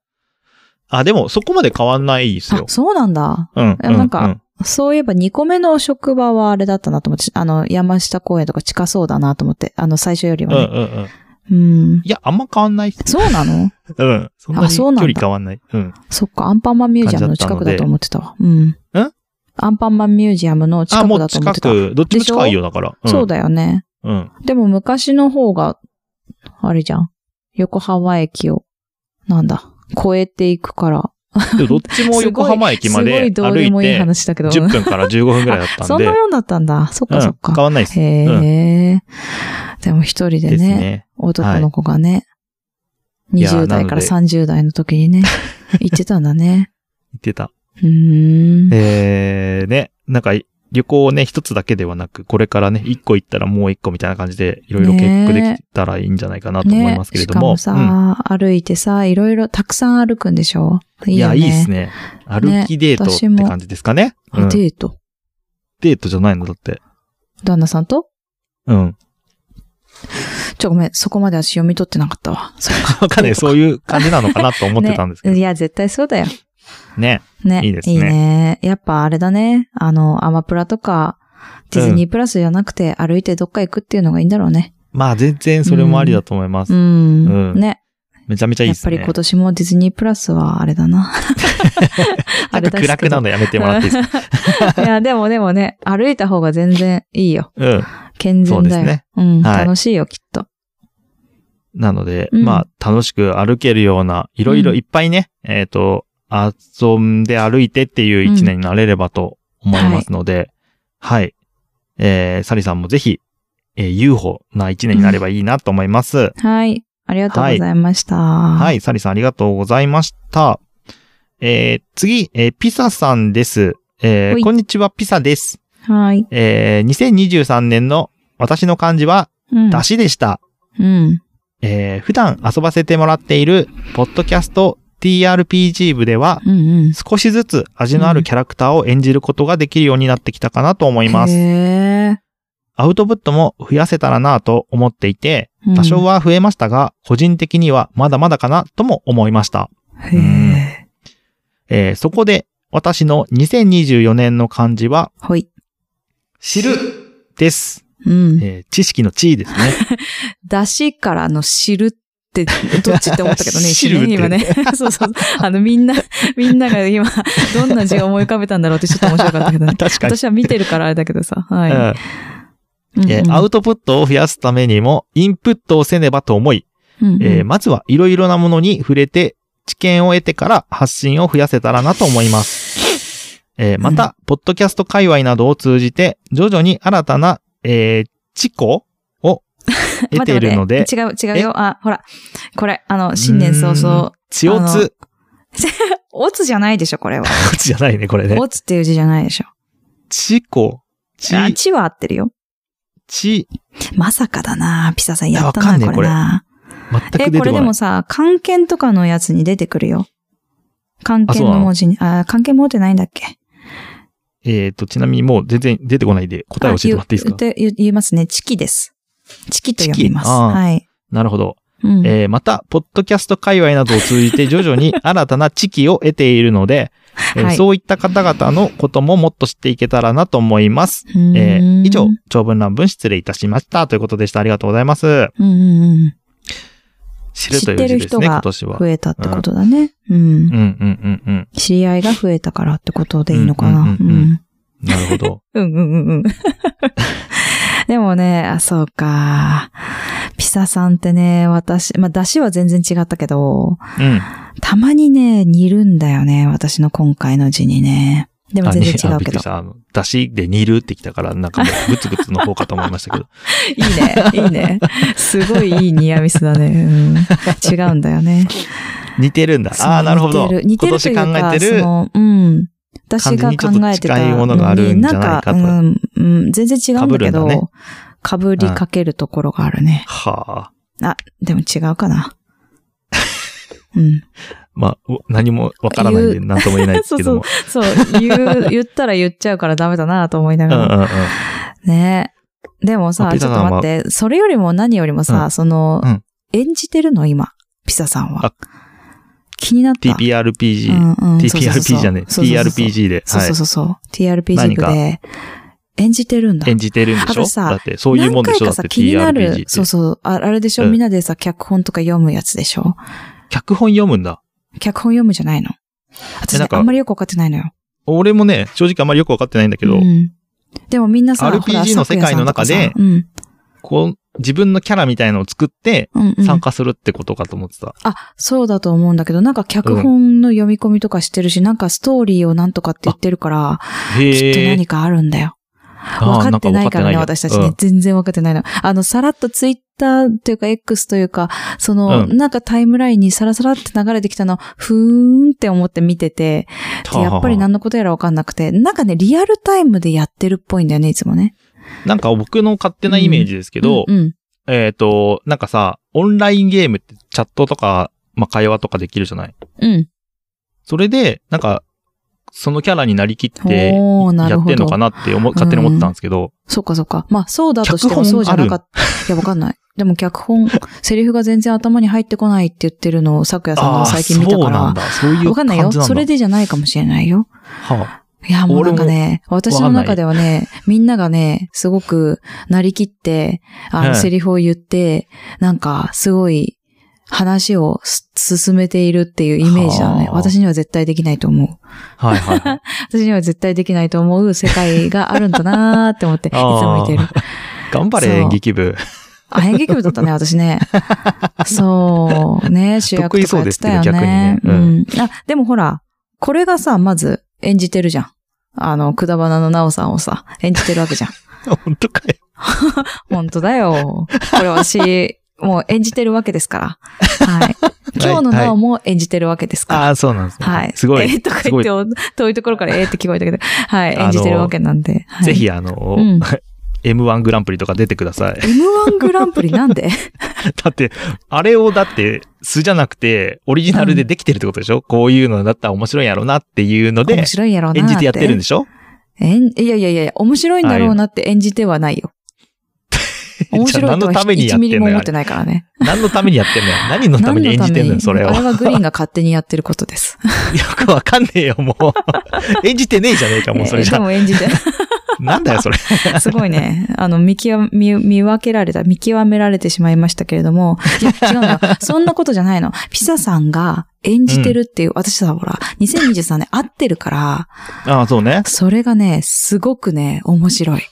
Speaker 1: あ、でも、そこまで変わんないです
Speaker 2: あ
Speaker 1: よ、。
Speaker 2: そうなんだ。
Speaker 1: うん。
Speaker 2: いやなんか
Speaker 1: うう
Speaker 2: そういえば2個目の職場はあれだったなと思って、あの、山下公園とか近そうだなと思って、あの、最初よりは
Speaker 1: うんう
Speaker 2: ね。
Speaker 1: んうん。
Speaker 2: うん。
Speaker 1: いや、あんま変わんないっす。
Speaker 2: そうなの
Speaker 1: うん。そんなに
Speaker 2: あ
Speaker 1: 距
Speaker 2: そうなんだ
Speaker 1: 離変わんない。うん。
Speaker 2: そっか、アンパンマンミュージアムの近くだと思ってたわ。うん。んアンパンマンミュージアムの近
Speaker 1: あ、も
Speaker 2: くだ
Speaker 1: う
Speaker 2: と思
Speaker 1: 近
Speaker 2: ってた。
Speaker 1: く、どっちも近いよ、だから。ん
Speaker 2: そうだよね。
Speaker 1: うん。
Speaker 2: でも昔の方が、あれじゃん。横浜駅を、なんだ、越えていくから。
Speaker 1: でもどっちも横浜駅まで
Speaker 2: すご
Speaker 1: 歩
Speaker 2: いどうで
Speaker 1: い
Speaker 2: もいい
Speaker 1: て、
Speaker 2: 話だけど。
Speaker 1: 10分から15分くらいだった
Speaker 2: [laughs] そ
Speaker 1: ん
Speaker 2: ん
Speaker 1: で
Speaker 2: な、もんだったんだ。そっ
Speaker 1: う
Speaker 2: かそ
Speaker 1: ん
Speaker 2: っ、か。
Speaker 1: 変わんないっす。
Speaker 2: へえ。でも一人で
Speaker 1: です
Speaker 2: ね、
Speaker 1: ね。
Speaker 2: 男の子がね、
Speaker 1: いやー
Speaker 2: 20代から
Speaker 1: な
Speaker 2: 30代の時にね、行ってたんだね。
Speaker 1: 言ってた。
Speaker 2: うーん。
Speaker 1: えー、ね、なんか、旅行をね、一つだけではなく、これからね、一個行ったらもう一個みたいな感じで、いろいろ結
Speaker 2: ね
Speaker 1: 構できたらいいんじゃないかなと思いますけれ
Speaker 2: し
Speaker 1: ど
Speaker 2: か
Speaker 1: も。
Speaker 2: もさ、歩いてさ、いろいろたくさん歩くんでしょ
Speaker 1: うん、
Speaker 2: い
Speaker 1: い
Speaker 2: いよ
Speaker 1: や、
Speaker 2: ね。
Speaker 1: いいですね。歩きデート
Speaker 2: 私
Speaker 1: っ
Speaker 2: も
Speaker 1: て感じですかね。
Speaker 2: あ。
Speaker 1: うん、
Speaker 2: デート。
Speaker 1: デートじゃないのだって。
Speaker 2: 旦那さんと
Speaker 1: うん。
Speaker 2: ちょ、ごめん、そこまで私読み取ってなかっ
Speaker 1: [laughs]
Speaker 2: たわ。そうか
Speaker 1: わかんない。そういう感じなのかなと思ってたんですけど。
Speaker 2: ね
Speaker 1: ね
Speaker 2: いや、絶対そうだよ。ね。
Speaker 1: いいですね
Speaker 2: いいね。やっぱあれだね。あの、アマプラとか、ディズニープラスじゃなくて、歩いてどっか行くっていうのがいいんだろうね。
Speaker 1: まあ、全然それもありだと思います。
Speaker 2: うん。
Speaker 1: うん
Speaker 2: ね。
Speaker 1: めちゃめちゃいい
Speaker 2: や
Speaker 1: で
Speaker 2: っ
Speaker 1: す
Speaker 2: ぱ
Speaker 1: ね。
Speaker 2: り今年もディズニープラスはあれ
Speaker 1: [laughs]
Speaker 2: だな。
Speaker 1: なんか暗くなるのやめてもらっていいですか
Speaker 2: いや、でもでもね、歩いた方が全然いいよ。
Speaker 1: うん。
Speaker 2: 健全だよ。
Speaker 1: そうですね
Speaker 2: うん、
Speaker 1: はい
Speaker 2: 楽しいよ、きっと。
Speaker 1: なので、
Speaker 2: うん
Speaker 1: まあ、楽しく歩けるような、いろいろいっぱいね、えっ、と、遊んで歩いてっていう一年になれればと思いますので、はい、えー、サリさんもぜひ、えー、UFO な一年になればいいなと思います。
Speaker 2: はい。ありがとうございました。
Speaker 1: は
Speaker 2: はい。
Speaker 1: い、サリさんありがとうございました。えー、次、えーピサさんです。え
Speaker 2: ほ
Speaker 1: ー、
Speaker 2: い
Speaker 1: こんにちは、ピサです。
Speaker 2: はい。
Speaker 1: えー、2023年の私の漢字は、
Speaker 2: うん。
Speaker 1: 出しでした。
Speaker 2: うん。
Speaker 1: えー普段遊ばせてもらっている、ポッドキャスト TRPG 部では、
Speaker 2: うんうん。
Speaker 1: 少しずつ味のあるキャラクターを演じることができるようになってきたかなと思います。
Speaker 2: へー
Speaker 1: アウトプットも増やせたらなぁと思っていて、
Speaker 2: うん
Speaker 1: 多少は増えましたが、個人的にはまだまだかなとも思いました。
Speaker 2: へえ。
Speaker 1: えーそこで、私の2024年の漢字は、
Speaker 2: ほい。
Speaker 1: 知るです。
Speaker 2: うん。
Speaker 1: えー知識の知ですね。
Speaker 2: [laughs] だしからの知るって、どっちって思ったけ
Speaker 1: [laughs]
Speaker 2: どね、
Speaker 1: 知るって。
Speaker 2: 一瞬ね今ね。 [laughs] そうそう。あの、みんな、みんなが今、どんな字を思い浮かべたんだろうってちょっと面白かったけどね
Speaker 1: 確かに。
Speaker 2: 私は見てるからあれだけどさ。はい。
Speaker 1: うん
Speaker 2: うん
Speaker 1: えーアウトプットを増やすためにも、インプットをせねばと思い、
Speaker 2: うん
Speaker 1: えーまずはいろいろなものに触れて、知見を得てから発信を増やせたらなと思います。えーまた、ポッドキャスト界隈などを通じて、徐々に新たな、えー、知行を得ている
Speaker 2: [laughs]
Speaker 1: ので、
Speaker 2: 待って待って違う、違うよ。あ、ほら。これ、あの、新年早々。
Speaker 1: 血を
Speaker 2: あの
Speaker 1: つ、
Speaker 2: オツじゃないでしょ、これは。
Speaker 1: じゃないね、これね。
Speaker 2: オツっていう字じゃないでしょ。
Speaker 1: 知行、知、
Speaker 2: あ、ちは合ってるよ。
Speaker 1: 知、
Speaker 2: まさかだなピサさんやった
Speaker 1: いやわか
Speaker 2: な、
Speaker 1: んねえ
Speaker 2: これな。
Speaker 1: 全く
Speaker 2: え、
Speaker 1: 出
Speaker 2: こ
Speaker 1: て
Speaker 2: れ
Speaker 1: こ
Speaker 2: で
Speaker 1: な
Speaker 2: も
Speaker 1: い。
Speaker 2: さ、関係とかのやつに出てくるよ。関係
Speaker 1: あそうな
Speaker 2: の
Speaker 1: の
Speaker 2: 文字に、あ関係持ってないんだっけ
Speaker 1: えっ、と、ちなみにもう全然出てこないんで、答えを教えてもらっていいです
Speaker 2: あ
Speaker 1: か
Speaker 2: 言う言って言いますね。チキです。チキと読みます。
Speaker 1: チキあー
Speaker 2: はい。
Speaker 1: なるほど。
Speaker 2: うん。
Speaker 1: えーまた、ポッドキャスト界隈などを通じて徐々
Speaker 2: [laughs]
Speaker 1: に新たな知識を得ているので、えー
Speaker 2: はい
Speaker 1: そういった方々のことももっと知っていけたらなと思います。えー
Speaker 2: うーん
Speaker 1: 以上、長文乱文失礼いたしました。ということでした。ありがとうございます。
Speaker 2: うんうんうん。
Speaker 1: 知る
Speaker 2: 知
Speaker 1: とい
Speaker 2: っ
Speaker 1: う
Speaker 2: て
Speaker 1: 字
Speaker 2: る
Speaker 1: です
Speaker 2: 人
Speaker 1: ね、今
Speaker 2: が
Speaker 1: 年は。
Speaker 2: 増えたってことだね。う
Speaker 1: う
Speaker 2: ん
Speaker 1: ん。うんうんうん。
Speaker 2: 知り合いが増えたからってことでいいのかな。
Speaker 1: う
Speaker 2: う
Speaker 1: う
Speaker 2: んん
Speaker 1: んうんうんなるほ
Speaker 2: [laughs]
Speaker 1: ど。
Speaker 2: うんうんうんうん。でもね、あ、そうか。ピサさんってね、私、まあ、出汁は全然違ったけど、
Speaker 1: うん。
Speaker 2: たまにね、煮るんだよね。私の今回の字にね。でも全然違
Speaker 1: あ
Speaker 2: う
Speaker 1: びっく
Speaker 2: け
Speaker 1: り
Speaker 2: ど
Speaker 1: し。た。あの、出汁で煮るってきたから、なんかもうグツグツの方かと思いましたけど。
Speaker 2: いいね、いいね。すごいいいニアミスだね。うん、違うんだよね。
Speaker 1: 似てるんだ。
Speaker 2: [laughs]
Speaker 1: [laughs]
Speaker 2: そう
Speaker 1: ああ、なるほど。
Speaker 2: 似てる似てるというか、
Speaker 1: 今年考えてる
Speaker 2: そ。の、うん。私が考えてた
Speaker 1: 感じにちょっと近いものがあ
Speaker 2: の
Speaker 1: る
Speaker 2: に、
Speaker 1: んじゃ
Speaker 2: な
Speaker 1: ない
Speaker 2: ん
Speaker 1: か
Speaker 2: か、
Speaker 1: と
Speaker 2: うん、うん、全然違うん
Speaker 1: 被
Speaker 2: だけ
Speaker 1: るんだね
Speaker 2: ど、かぶりかけるところがあるね。
Speaker 1: はあ。
Speaker 2: あ、でも違うかな。
Speaker 1: [laughs]
Speaker 2: うん。
Speaker 1: まあ、お何もわからないんで、なんとも言えないですけど
Speaker 2: [laughs]
Speaker 1: も。
Speaker 2: そう、言う、言ったら言っちゃうからダメだなと思いな
Speaker 1: うん
Speaker 2: が
Speaker 1: う
Speaker 2: ら。
Speaker 1: んうん。
Speaker 2: ねでも
Speaker 1: あ
Speaker 2: さ、
Speaker 1: ピ
Speaker 2: ち
Speaker 1: ザ
Speaker 2: ょっ
Speaker 1: さん
Speaker 2: と
Speaker 1: は
Speaker 2: 待って、それよりも何よりもさ、
Speaker 1: うん
Speaker 2: その、
Speaker 1: うん
Speaker 2: 演じてるの今、ピサさん
Speaker 1: あ
Speaker 2: は。気になった。う
Speaker 1: TPRPG。
Speaker 2: んうんそうそうそう
Speaker 1: TPRPG じゃねえ。
Speaker 2: そうそうそう
Speaker 1: TRPG で。
Speaker 2: そうそうそうそう。TRPG
Speaker 1: 何
Speaker 2: 部
Speaker 1: か
Speaker 2: で演じてるんだ。
Speaker 1: 演じてるんでしょ
Speaker 2: あとさ
Speaker 1: だって、そういうもんでしょだ
Speaker 2: 何回か
Speaker 1: って
Speaker 2: さ、気にな
Speaker 1: TRPG っ
Speaker 2: る
Speaker 1: て。。
Speaker 2: そうそう。ああれでしょ、
Speaker 1: うん
Speaker 2: みんなでさ、脚本とか読むやつでしょ
Speaker 1: 脚本読むんだ。
Speaker 2: 脚本読むじゃないの。私、
Speaker 1: えな
Speaker 2: ね
Speaker 1: ん、か
Speaker 2: あんまりよくわかってないのよ。
Speaker 1: 俺もね、正直あんまりよくわかってないんだけど、
Speaker 2: うんでもみんなさ、
Speaker 1: RPG
Speaker 2: ほら
Speaker 1: の世界の中で
Speaker 2: 咲夜さんとかさ
Speaker 1: こう、自分のキャラみたいのを作って、
Speaker 2: うん、うん、うん。
Speaker 1: 参加するってことかと思ってた。
Speaker 2: あ、そうだと思うんだけど、なんか脚本の読み込みとかしてるし、なんかストーリーをなんとかって言ってるから、
Speaker 1: へ
Speaker 2: きっと
Speaker 1: え。
Speaker 2: 何かあるんだよ。
Speaker 1: あー
Speaker 2: 分かってないからね、
Speaker 1: ん
Speaker 2: 私たちね。。全然分かってないの。あの、さらっとツイッターというか X というか、そ
Speaker 1: う
Speaker 2: の、
Speaker 1: ん
Speaker 2: なんかタイムラインにさらさらって流れてきたの、ふーんって思って見てて、でやっぱり
Speaker 1: な
Speaker 2: 何のことやら分かんなくて、なんかね、リアルタイムでやってるっぽいんだよね、いつもね。
Speaker 1: なんか僕の勝手なイメージですけど、
Speaker 2: うんうん。
Speaker 1: えっ、と、なんかさ、オンラインゲームってチャットとか、まあ、会話とかできるじゃない
Speaker 2: うん。
Speaker 1: それで、なんか、そのキャラになりきって、
Speaker 2: おーなる
Speaker 1: やっ
Speaker 2: ほど
Speaker 1: てんのかなって思、勝手に思ってたんですけど、
Speaker 2: そうかそうか。まあ、そうだとしてもそうじゃなかった。いや、分かんない。 [laughs] でも脚本、セリフが全然頭に入ってこないって言ってるのを、咲夜さん
Speaker 1: あ
Speaker 2: が
Speaker 1: あ、
Speaker 2: 最近見た
Speaker 1: そう
Speaker 2: か
Speaker 1: なん
Speaker 2: ら。
Speaker 1: だ。そういう感じなんだ。
Speaker 2: 分かんないよ。それ
Speaker 1: で、
Speaker 2: でじゃないかもしれないよ。
Speaker 1: はあ、
Speaker 2: いや、もうなんかね、私の中ではね、みんながね、すごく、なりきって、あ
Speaker 1: は
Speaker 2: の、
Speaker 1: い
Speaker 2: セリフを言って、なんか、すごい、話をす進めているっていうイメージだね。
Speaker 1: はあ
Speaker 2: 私には絶対できないと思う。
Speaker 1: はいはい
Speaker 2: [laughs]
Speaker 1: はい。
Speaker 2: 私には絶対できないと思う世界があるんだなーって思って、いつ
Speaker 1: [laughs] あー
Speaker 2: も見てる。
Speaker 1: 頑張れ、
Speaker 2: そう
Speaker 1: 演劇部。 [laughs]
Speaker 2: あ、演劇部だったね、私ね。そう、
Speaker 1: [laughs]
Speaker 2: ね、主役とかやってたよ
Speaker 1: 得意そうですけど逆に
Speaker 2: ね
Speaker 1: ね。うん
Speaker 2: うん。あ、でもほら、これがさ、まず演じてるじゃん。あの、くだばなのなおさんをさ、演じてるわけ
Speaker 1: [laughs]
Speaker 2: じゃん。
Speaker 1: 本当かよ。
Speaker 2: 本当だよ。これ私、もう演じてるわけですから。
Speaker 1: [laughs]
Speaker 2: はい。今日のなおも演じてるわけですから。
Speaker 1: ああ、そうなんですね。
Speaker 2: はい。
Speaker 1: すご
Speaker 2: え
Speaker 1: い。
Speaker 2: ーとか
Speaker 1: す
Speaker 2: 言
Speaker 1: ご
Speaker 2: っ
Speaker 1: い
Speaker 2: て、お遠いところからえーって聞こえたけど、はい、
Speaker 1: あの
Speaker 2: 演じてるわけなんで。はい
Speaker 1: ぜひ、あの、
Speaker 2: うん
Speaker 1: M1 グランプリとか出てください。 [laughs]
Speaker 2: M1 グランプリなんで
Speaker 1: だって、あれをだって、素じゃなくて、オリジナルでできてるってことでしょ、こういうのだったら面白いんやろうなっていうの [laughs] で
Speaker 2: 面、白いやろうなー
Speaker 1: 演じてやってるんでしょ
Speaker 2: えん、いやいやいや、面白いんだろうなって演じて
Speaker 1: [laughs]
Speaker 2: はないよ。面白いと
Speaker 1: じゃあ何
Speaker 2: は
Speaker 1: のためにや
Speaker 2: 1
Speaker 1: っ
Speaker 2: ミ
Speaker 1: て
Speaker 2: リ
Speaker 1: ん
Speaker 2: も
Speaker 1: の
Speaker 2: 思
Speaker 1: よ
Speaker 2: ってないからね。
Speaker 1: 何のためにやってんのよ。何のために演じてんのよ、それを。
Speaker 2: あ
Speaker 1: よ
Speaker 2: れはグリーンが勝手にやってることです。
Speaker 1: くわかんね [laughs] えよ、も [laughs] う。演じてねえじゃねえか、もうそれじ
Speaker 2: えーで
Speaker 1: ゃ。
Speaker 2: も
Speaker 1: [laughs]
Speaker 2: 演じて、
Speaker 1: なんだよ、それ。
Speaker 2: すごいね、あの、見極め、見見分けられた、見極められてしまいましたけれども、いや、違うのよ。そんなことじゃないの。ピザさんが演じてるっていう、私さ、ほら、2023年合ってるから、
Speaker 1: ああ、そうね。
Speaker 2: それがね、すごくね、面白い。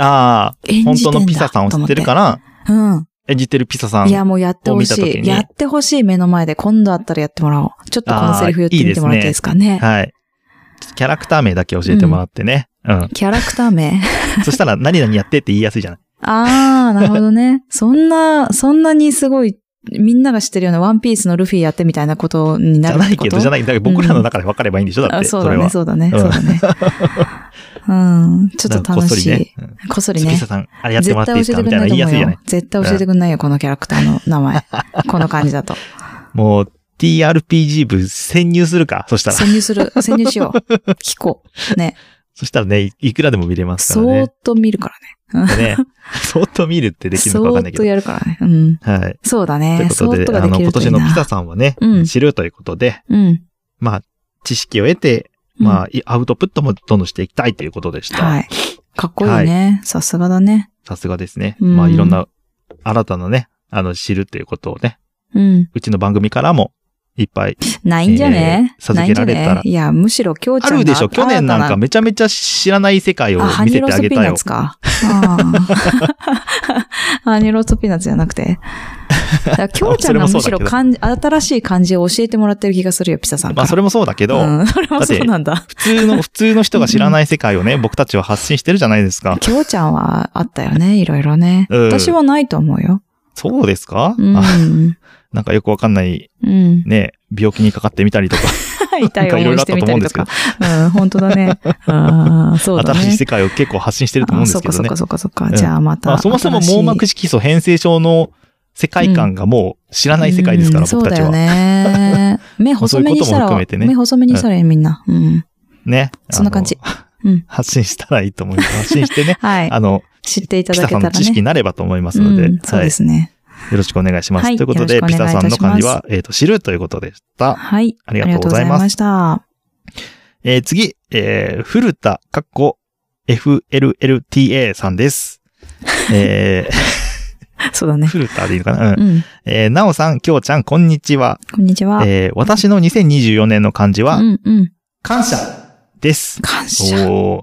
Speaker 1: ああ、
Speaker 2: 演
Speaker 1: 本
Speaker 2: じ
Speaker 1: 当
Speaker 2: てんだ
Speaker 1: のピサさんを知ってるから、
Speaker 2: と思って。うん。
Speaker 1: 演じてるピサさん。
Speaker 2: いや、もうやってほし
Speaker 1: を見た時
Speaker 2: い。
Speaker 1: に
Speaker 2: やってほしい目の前で、今度あったらやってもらおう。ちょっとこのセリフ言ってみてもらっていいですかね。
Speaker 1: はい。キャラクター名だけ教えてもらってね。うん。
Speaker 2: キャラクター名。 [laughs]
Speaker 1: そしたら、何々やってって言いやすいじゃない。
Speaker 2: あー、なるほどね。そんな、そんなにすごい、みんなが知ってるようなワンピースのルフィやってみたいなことに
Speaker 1: じ
Speaker 2: な
Speaker 1: ゃ [laughs]
Speaker 2: る
Speaker 1: ない
Speaker 2: ってこ
Speaker 1: け
Speaker 2: と
Speaker 1: ど、じゃない。だから僕らの中で分かればいいんでしょだっ
Speaker 2: あ
Speaker 1: て、そ
Speaker 2: そ
Speaker 1: う
Speaker 2: だ
Speaker 1: れは。
Speaker 2: ね、そうだね、
Speaker 1: うん
Speaker 2: そうだね。うん、ちょっと楽し
Speaker 1: だからこっそり
Speaker 2: い
Speaker 1: ね。うん。
Speaker 2: こっそり
Speaker 1: ピ
Speaker 2: ね
Speaker 1: サ。さん、あれやってもらっていいですかみたいな言い
Speaker 2: 絶対
Speaker 1: や
Speaker 2: 教
Speaker 1: すいじゃないい
Speaker 2: えてくれなと思うよ。絶対教えてくんないよ、このキャラクターの名前。この感
Speaker 1: [laughs]
Speaker 2: じだと。
Speaker 1: もう、TRPG 部潜入するか。そしたら。
Speaker 2: 潜入する、潜入しよう。聞こう。ね。
Speaker 1: そしたらね、いいくらでも見れますか
Speaker 2: そ
Speaker 1: ら
Speaker 2: ー
Speaker 1: ね
Speaker 2: っ。と見るからね。
Speaker 1: ね。そーっと見るってできるのかわかんないけ
Speaker 2: そーっと
Speaker 1: ど。
Speaker 2: やるからね。うん。
Speaker 1: はい。
Speaker 2: そうだ
Speaker 1: とい
Speaker 2: ね
Speaker 1: う。こ
Speaker 2: そ
Speaker 1: と
Speaker 2: ーっ
Speaker 1: で、
Speaker 2: とが
Speaker 1: あ
Speaker 2: で
Speaker 1: の、
Speaker 2: きる
Speaker 1: 今
Speaker 2: とい
Speaker 1: 年
Speaker 2: い
Speaker 1: のピ
Speaker 2: な
Speaker 1: サ。さんはね、
Speaker 2: うん
Speaker 1: 知るということで、
Speaker 2: うん。
Speaker 1: まあ、知識を得て、まあ、いアウトプットもどんどんしていきたいということでした。
Speaker 2: はい。かっこいいね。さすがだね。
Speaker 1: さすがですね。
Speaker 2: うん
Speaker 1: まあ、いろんな、新たなね、あの、知るっていうことをね、
Speaker 2: うん。
Speaker 1: うちの番組からも、いっぱい。
Speaker 2: ないんじゃね
Speaker 1: えー授けられたら
Speaker 2: ないんじゃねいや、むしろ、きょうちゃ
Speaker 1: あ
Speaker 2: んが
Speaker 1: るでしょ去年なんか
Speaker 2: 新
Speaker 1: めちゃめちゃ知らない世界を
Speaker 2: たなあ、ハ
Speaker 1: 見
Speaker 2: ニ
Speaker 1: せ
Speaker 2: ーロ
Speaker 1: て
Speaker 2: ー
Speaker 1: あ
Speaker 2: ス
Speaker 1: げ
Speaker 2: ピ
Speaker 1: た
Speaker 2: ーナ
Speaker 1: よ
Speaker 2: ッツ。か。ああハニーロー [laughs] スピーナッツじゃなくて。だからきょうちゃんがむしろ漢字新しい漢字を教えてもらってる気がするよ、ピサさん
Speaker 1: ま
Speaker 2: から。
Speaker 1: あ、それもそうだけど、
Speaker 2: うん、それもそうなんだ。
Speaker 1: 普通の、普通の人が知らない世界
Speaker 2: [laughs]
Speaker 1: をね、僕たちは発信してるじゃないですか。
Speaker 2: きょうちゃんはあったよね、いろいろね。
Speaker 1: うん
Speaker 2: 私はないと思うよ。
Speaker 1: そうですか、
Speaker 2: うん
Speaker 1: あ。なんかよくわかんない、
Speaker 2: うん。
Speaker 1: ね、病気にかかってみたりとか、
Speaker 2: [laughs] 痛い思いしてみたりとか。うん、本当だね。うん、そうだね。
Speaker 1: 新しい世界を結構発信してると思うんですけどね。
Speaker 2: あ、そっかそっかそっかそ
Speaker 1: う
Speaker 2: っ
Speaker 1: ん
Speaker 2: か。じゃあまた。
Speaker 1: まあ、そもそも
Speaker 2: 新しい
Speaker 1: 網膜色素変性症の世界観がもう知らない世界ですから、
Speaker 2: うん
Speaker 1: 僕たち
Speaker 2: そ
Speaker 1: は。
Speaker 2: うだ
Speaker 1: ね。
Speaker 2: よ
Speaker 1: [laughs]
Speaker 2: ね。目細めにした
Speaker 1: まあそういうことも含
Speaker 2: ら
Speaker 1: めて、ね
Speaker 2: 目細めにしたらいいみんな。うん。
Speaker 1: あの
Speaker 2: そんな感じ。 [laughs] うん。。
Speaker 1: 発信したらいいと思います。発信してね
Speaker 2: [laughs] はい。
Speaker 1: あの、
Speaker 2: 知っていた
Speaker 1: ピ
Speaker 2: だ
Speaker 1: サ
Speaker 2: け
Speaker 1: さ
Speaker 2: た
Speaker 1: んの
Speaker 2: ら
Speaker 1: 知識
Speaker 2: ね
Speaker 1: に。なればと思います
Speaker 2: う
Speaker 1: ので、
Speaker 2: ん、そ
Speaker 1: はい。
Speaker 2: うで
Speaker 1: よ
Speaker 2: すね。
Speaker 1: ろしくお願いします。
Speaker 2: はい
Speaker 1: ということで、
Speaker 2: よろ
Speaker 1: ピ
Speaker 2: しくお
Speaker 1: サ
Speaker 2: 願いい
Speaker 1: さ
Speaker 2: たし
Speaker 1: ん
Speaker 2: ま
Speaker 1: の漢
Speaker 2: す
Speaker 1: 字は、えっ、と、知るということでした。
Speaker 2: はい。
Speaker 1: ありがとうござい
Speaker 2: あ
Speaker 1: ま
Speaker 2: り
Speaker 1: す
Speaker 2: がとうございました。
Speaker 1: えー次、えー古田、かっこ、 FLLTA さんです。え
Speaker 2: そうだ
Speaker 1: ー、
Speaker 2: ね。
Speaker 1: フルターでいいのかなうん。
Speaker 2: うん。
Speaker 1: えー、なおさん、きょうちゃん、こんにちは。
Speaker 2: こんにちは。
Speaker 1: えー、私の2024年の漢字は
Speaker 2: う、んうん。
Speaker 1: 感謝です。
Speaker 2: 感謝。
Speaker 1: おー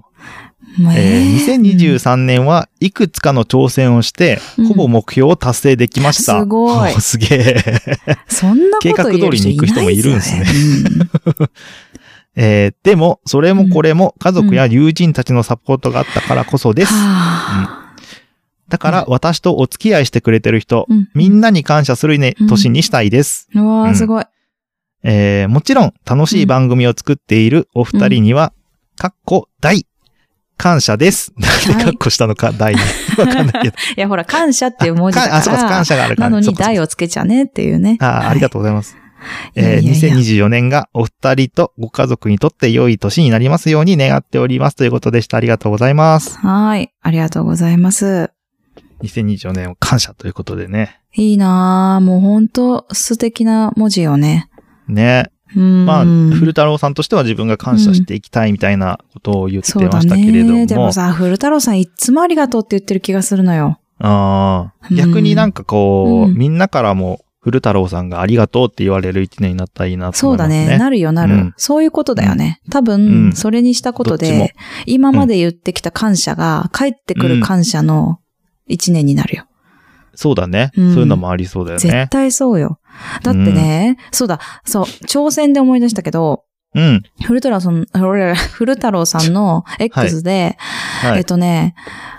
Speaker 2: もう
Speaker 1: えー
Speaker 2: うん
Speaker 1: 2023年はいくつかの挑戦をして、
Speaker 2: うん
Speaker 1: ほぼ目標を達成できました。
Speaker 2: すごい
Speaker 1: すげえ。 [laughs]
Speaker 2: そんなこと言える人
Speaker 1: 計画通りに行
Speaker 2: いない
Speaker 1: く人もいるんですね
Speaker 2: ね。
Speaker 1: えーでも、それもこれも家族や友人たちのサポートがあったからこそ [laughs] です。
Speaker 2: は
Speaker 1: だから、私とお付き合いしてくれてる人、
Speaker 2: ぁ。
Speaker 1: みん
Speaker 2: な。
Speaker 1: なに感謝するね、
Speaker 2: うん
Speaker 1: 年にしたいです。
Speaker 2: うわ
Speaker 1: う
Speaker 2: ぁ、
Speaker 1: ん
Speaker 2: すごい。
Speaker 1: えーもちろん、楽しい番組を作っているお二人には、かっこ大、感謝です。 [laughs] なんでかっこしたのか、大
Speaker 2: [laughs]
Speaker 1: に。わかんないけど。
Speaker 2: いや、ほら、感謝っていう文字だ
Speaker 1: か
Speaker 2: か
Speaker 1: んあ、そうか、
Speaker 2: ら
Speaker 1: 感、謝があるか
Speaker 2: な
Speaker 1: ら。
Speaker 2: の
Speaker 1: そ
Speaker 2: に
Speaker 1: うかそうか
Speaker 2: 台をつけちゃねっていうね。
Speaker 1: あーありが
Speaker 2: と
Speaker 1: とうございます。
Speaker 2: いや
Speaker 1: えー
Speaker 2: いやいや
Speaker 1: 2024年がお二人とご家族にとって良い年になりますように願っておりますということでした。ありがとうございます。
Speaker 2: う。はーい。ありがとうございます。
Speaker 1: 2024年を感謝ということでね。
Speaker 2: いいなぁ。もうほんと素敵な文字よね。
Speaker 1: ね。
Speaker 2: うん。
Speaker 1: まあ、古太郎さんとしては自分が感謝していきたいみたいなことを言って
Speaker 2: そうだ
Speaker 1: ましたけれども。
Speaker 2: ね。でもさ、古太郎さんいっつもありがとうって言ってる気がするのよ。
Speaker 1: あー
Speaker 2: うん
Speaker 1: 逆になんかこう、
Speaker 2: うん
Speaker 1: みんなからも古太郎さんがありがとうって言われる一年になったらいいなと
Speaker 2: そ
Speaker 1: 思
Speaker 2: う
Speaker 1: います
Speaker 2: だ
Speaker 1: ね。
Speaker 2: ね。なるよ、なる。
Speaker 1: うん
Speaker 2: そういうことだよね。多
Speaker 1: う
Speaker 2: 分、
Speaker 1: ん
Speaker 2: それにしたこと
Speaker 1: どっち
Speaker 2: で、今まで言ってきた感謝が、帰ってくる感謝の一年になるよ。
Speaker 1: そうだね、
Speaker 2: うん
Speaker 1: そういうのもありそうだよ
Speaker 2: 絶
Speaker 1: ね。
Speaker 2: 対そうよ。だってね、そうだ、そう、挑戦で思い出したけど、
Speaker 1: うん。
Speaker 2: 古太郎さん、 [laughs] 古太郎さんの X で、
Speaker 1: は
Speaker 2: えっ
Speaker 1: い。
Speaker 2: とね、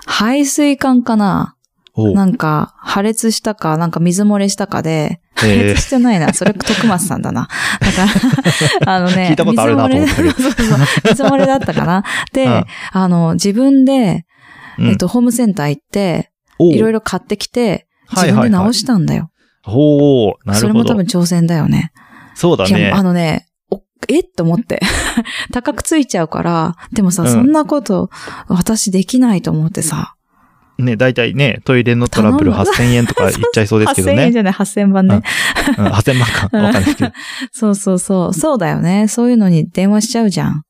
Speaker 2: 排水管かな
Speaker 1: おう
Speaker 2: なんか、破裂したか、なんか水漏れしたかで、破
Speaker 1: へえ
Speaker 2: 裂してないな。それ、徳松さ
Speaker 1: [laughs]
Speaker 2: んだな。だから、あのね、
Speaker 1: 聞いたことあるなと思ったけど
Speaker 2: 水漏れ [laughs] そうそうそう水漏れだったかな。で、
Speaker 1: うん
Speaker 2: あの、自分で、
Speaker 1: うん
Speaker 2: えっと、ホームセンター行って、いろ
Speaker 1: ろ、
Speaker 2: いろ買ってきて、
Speaker 1: はいは
Speaker 2: 自
Speaker 1: いは
Speaker 2: 分
Speaker 1: い
Speaker 2: で直したんだよ。
Speaker 1: ほう、な
Speaker 2: そ
Speaker 1: る
Speaker 2: れ
Speaker 1: ほ
Speaker 2: も
Speaker 1: ど
Speaker 2: 多分。挑戦だよね。
Speaker 1: そうだ
Speaker 2: いや
Speaker 1: ね
Speaker 2: もうあ。のね、おえっと思って。 [laughs] 高くついちゃうから、でもさ、
Speaker 1: うん
Speaker 2: そんなこと、私できないと思ってさ。
Speaker 1: ね、大体ね、トイレのトラブル
Speaker 2: 頼む
Speaker 1: 8000円と
Speaker 2: [laughs]
Speaker 1: か言っちゃいそうですけど
Speaker 2: 8000円
Speaker 1: ね。
Speaker 2: じゃない、8000番ね。
Speaker 1: うん、8000万か。わかんないけど。
Speaker 2: そうそうそう。そうだよね。そういうのに電話しちゃうじゃん。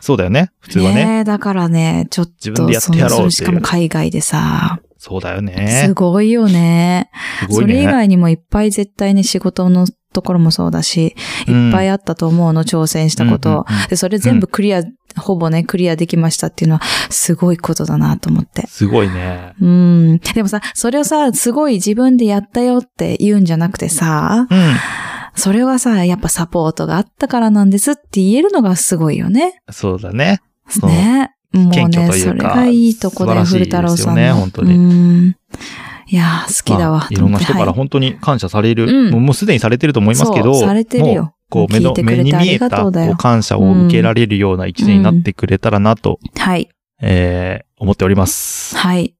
Speaker 1: そうだよね。普通はね。
Speaker 2: えだからね、ちょっと、
Speaker 1: 自分でやってやろうっていう
Speaker 2: そのしかも海外でさ、
Speaker 1: そうだよ
Speaker 2: す
Speaker 1: ね。
Speaker 2: ごいよね
Speaker 1: すご
Speaker 2: そ
Speaker 1: い
Speaker 2: れ以
Speaker 1: ね。
Speaker 2: 外にもいっぱい絶対ね、仕事のところもそうだし、
Speaker 1: うん
Speaker 2: いっぱいあったと思うの、挑戦したこと。
Speaker 1: うんうんうん
Speaker 2: で、それ全部クリア、ほぼね、クリアできましたっていうのは、すごいことだなと思って。
Speaker 1: すごいね。
Speaker 2: うん。でもさ、それをさ、すごい自分でやったよって言うんじゃなくてさ、
Speaker 1: うん。
Speaker 2: それはさ、やっぱサポートがあったからなんですって言えるのがすごいよね。
Speaker 1: そうだね。そう
Speaker 2: ね。もう
Speaker 1: 謙
Speaker 2: ね、
Speaker 1: 虚とい
Speaker 2: それ
Speaker 1: うか
Speaker 2: がいいとこだよ、
Speaker 1: 素晴
Speaker 2: 古
Speaker 1: らしいです
Speaker 2: 太
Speaker 1: よね
Speaker 2: 郎さんの。
Speaker 1: 本当に
Speaker 2: うん。いやー、好きだわ
Speaker 1: まあ。いろんな人から
Speaker 2: と思っ
Speaker 1: 本当に感謝される。
Speaker 2: うん
Speaker 1: もうもうすでにされてると思いますけど。
Speaker 2: そうされてるよ
Speaker 1: もうこう目
Speaker 2: 聞
Speaker 1: の
Speaker 2: いてくれ
Speaker 1: 目
Speaker 2: て
Speaker 1: に見え
Speaker 2: ありが
Speaker 1: た
Speaker 2: とうだよ
Speaker 1: こう感謝を受けられるような一年になってくれたらなと、
Speaker 2: はい。
Speaker 1: えー思っております。
Speaker 2: はい。はい。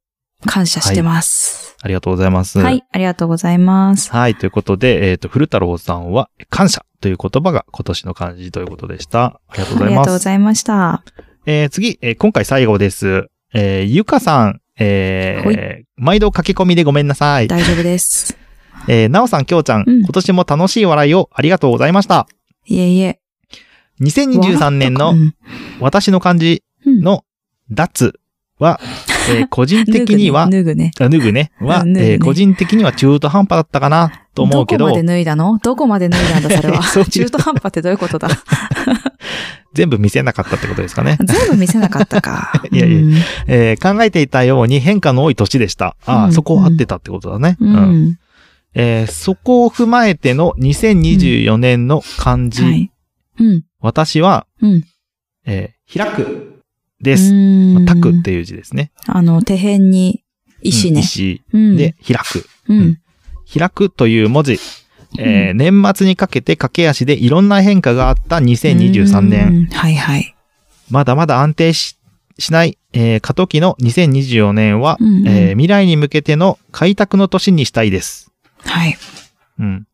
Speaker 2: 感謝してます。
Speaker 1: ありがとうございます。
Speaker 2: はい。。ありがとうございます。
Speaker 1: はい。ということで、えっ、と、古太郎さんは、感謝という言葉が今年の漢字ということでした。ありがとうご
Speaker 2: あ
Speaker 1: ざ
Speaker 2: り
Speaker 1: い
Speaker 2: が
Speaker 1: ま
Speaker 2: とうご
Speaker 1: す。
Speaker 2: ざいました。
Speaker 1: えー次、えー今回最後です。えーゆかさん、
Speaker 2: ほ
Speaker 1: えー毎度駆け込みでごめんなさい。
Speaker 2: 大丈夫です。
Speaker 1: えーなおさん、きょうちゃん、
Speaker 2: うん
Speaker 1: 今年も楽しい笑いをありがとうございました。
Speaker 2: いえいえ。
Speaker 1: 2023年の
Speaker 2: うん
Speaker 1: 私の漢字
Speaker 2: うん
Speaker 1: の脱は、えー個人的には、
Speaker 2: 脱ぐね。
Speaker 1: あ脱ぐ
Speaker 2: [laughs]
Speaker 1: ね、は、
Speaker 2: 脱ぐね
Speaker 1: えー個人的には中途半端だったかなと思うけど、
Speaker 2: どこまで脱いだのどこまで脱いだんだ、それ
Speaker 1: [laughs]
Speaker 2: は。
Speaker 1: そういう
Speaker 2: 中途半端ってどういうことだ
Speaker 1: 全部見せなかったってことですかね。 [laughs]
Speaker 2: 全部見せなかったか。
Speaker 1: いやいや
Speaker 2: うん
Speaker 1: えー考えていたように変化の多い年でした。ああ、
Speaker 2: うん
Speaker 1: そこを合ってたってことだね。
Speaker 2: うん。
Speaker 1: うんえーそこを踏まえての2024年の漢字、
Speaker 2: はい。うん。
Speaker 1: 私は、
Speaker 2: うん
Speaker 1: えー開くです。
Speaker 2: うん
Speaker 1: タクっていう字ですね。
Speaker 2: あの、手辺に石
Speaker 1: うん
Speaker 2: ね。
Speaker 1: 石
Speaker 2: うん。
Speaker 1: で、開く。
Speaker 2: うん。
Speaker 1: 開くという文字。えー年末にかけて駆け足でいろんな変化があった2023年。
Speaker 2: うん。はいはい。
Speaker 1: まだまだ安定し、しない、えー過渡期の2024年は、
Speaker 2: うんうん
Speaker 1: えー未来に向けての開拓の年にしたいです。
Speaker 2: はい。
Speaker 1: うん。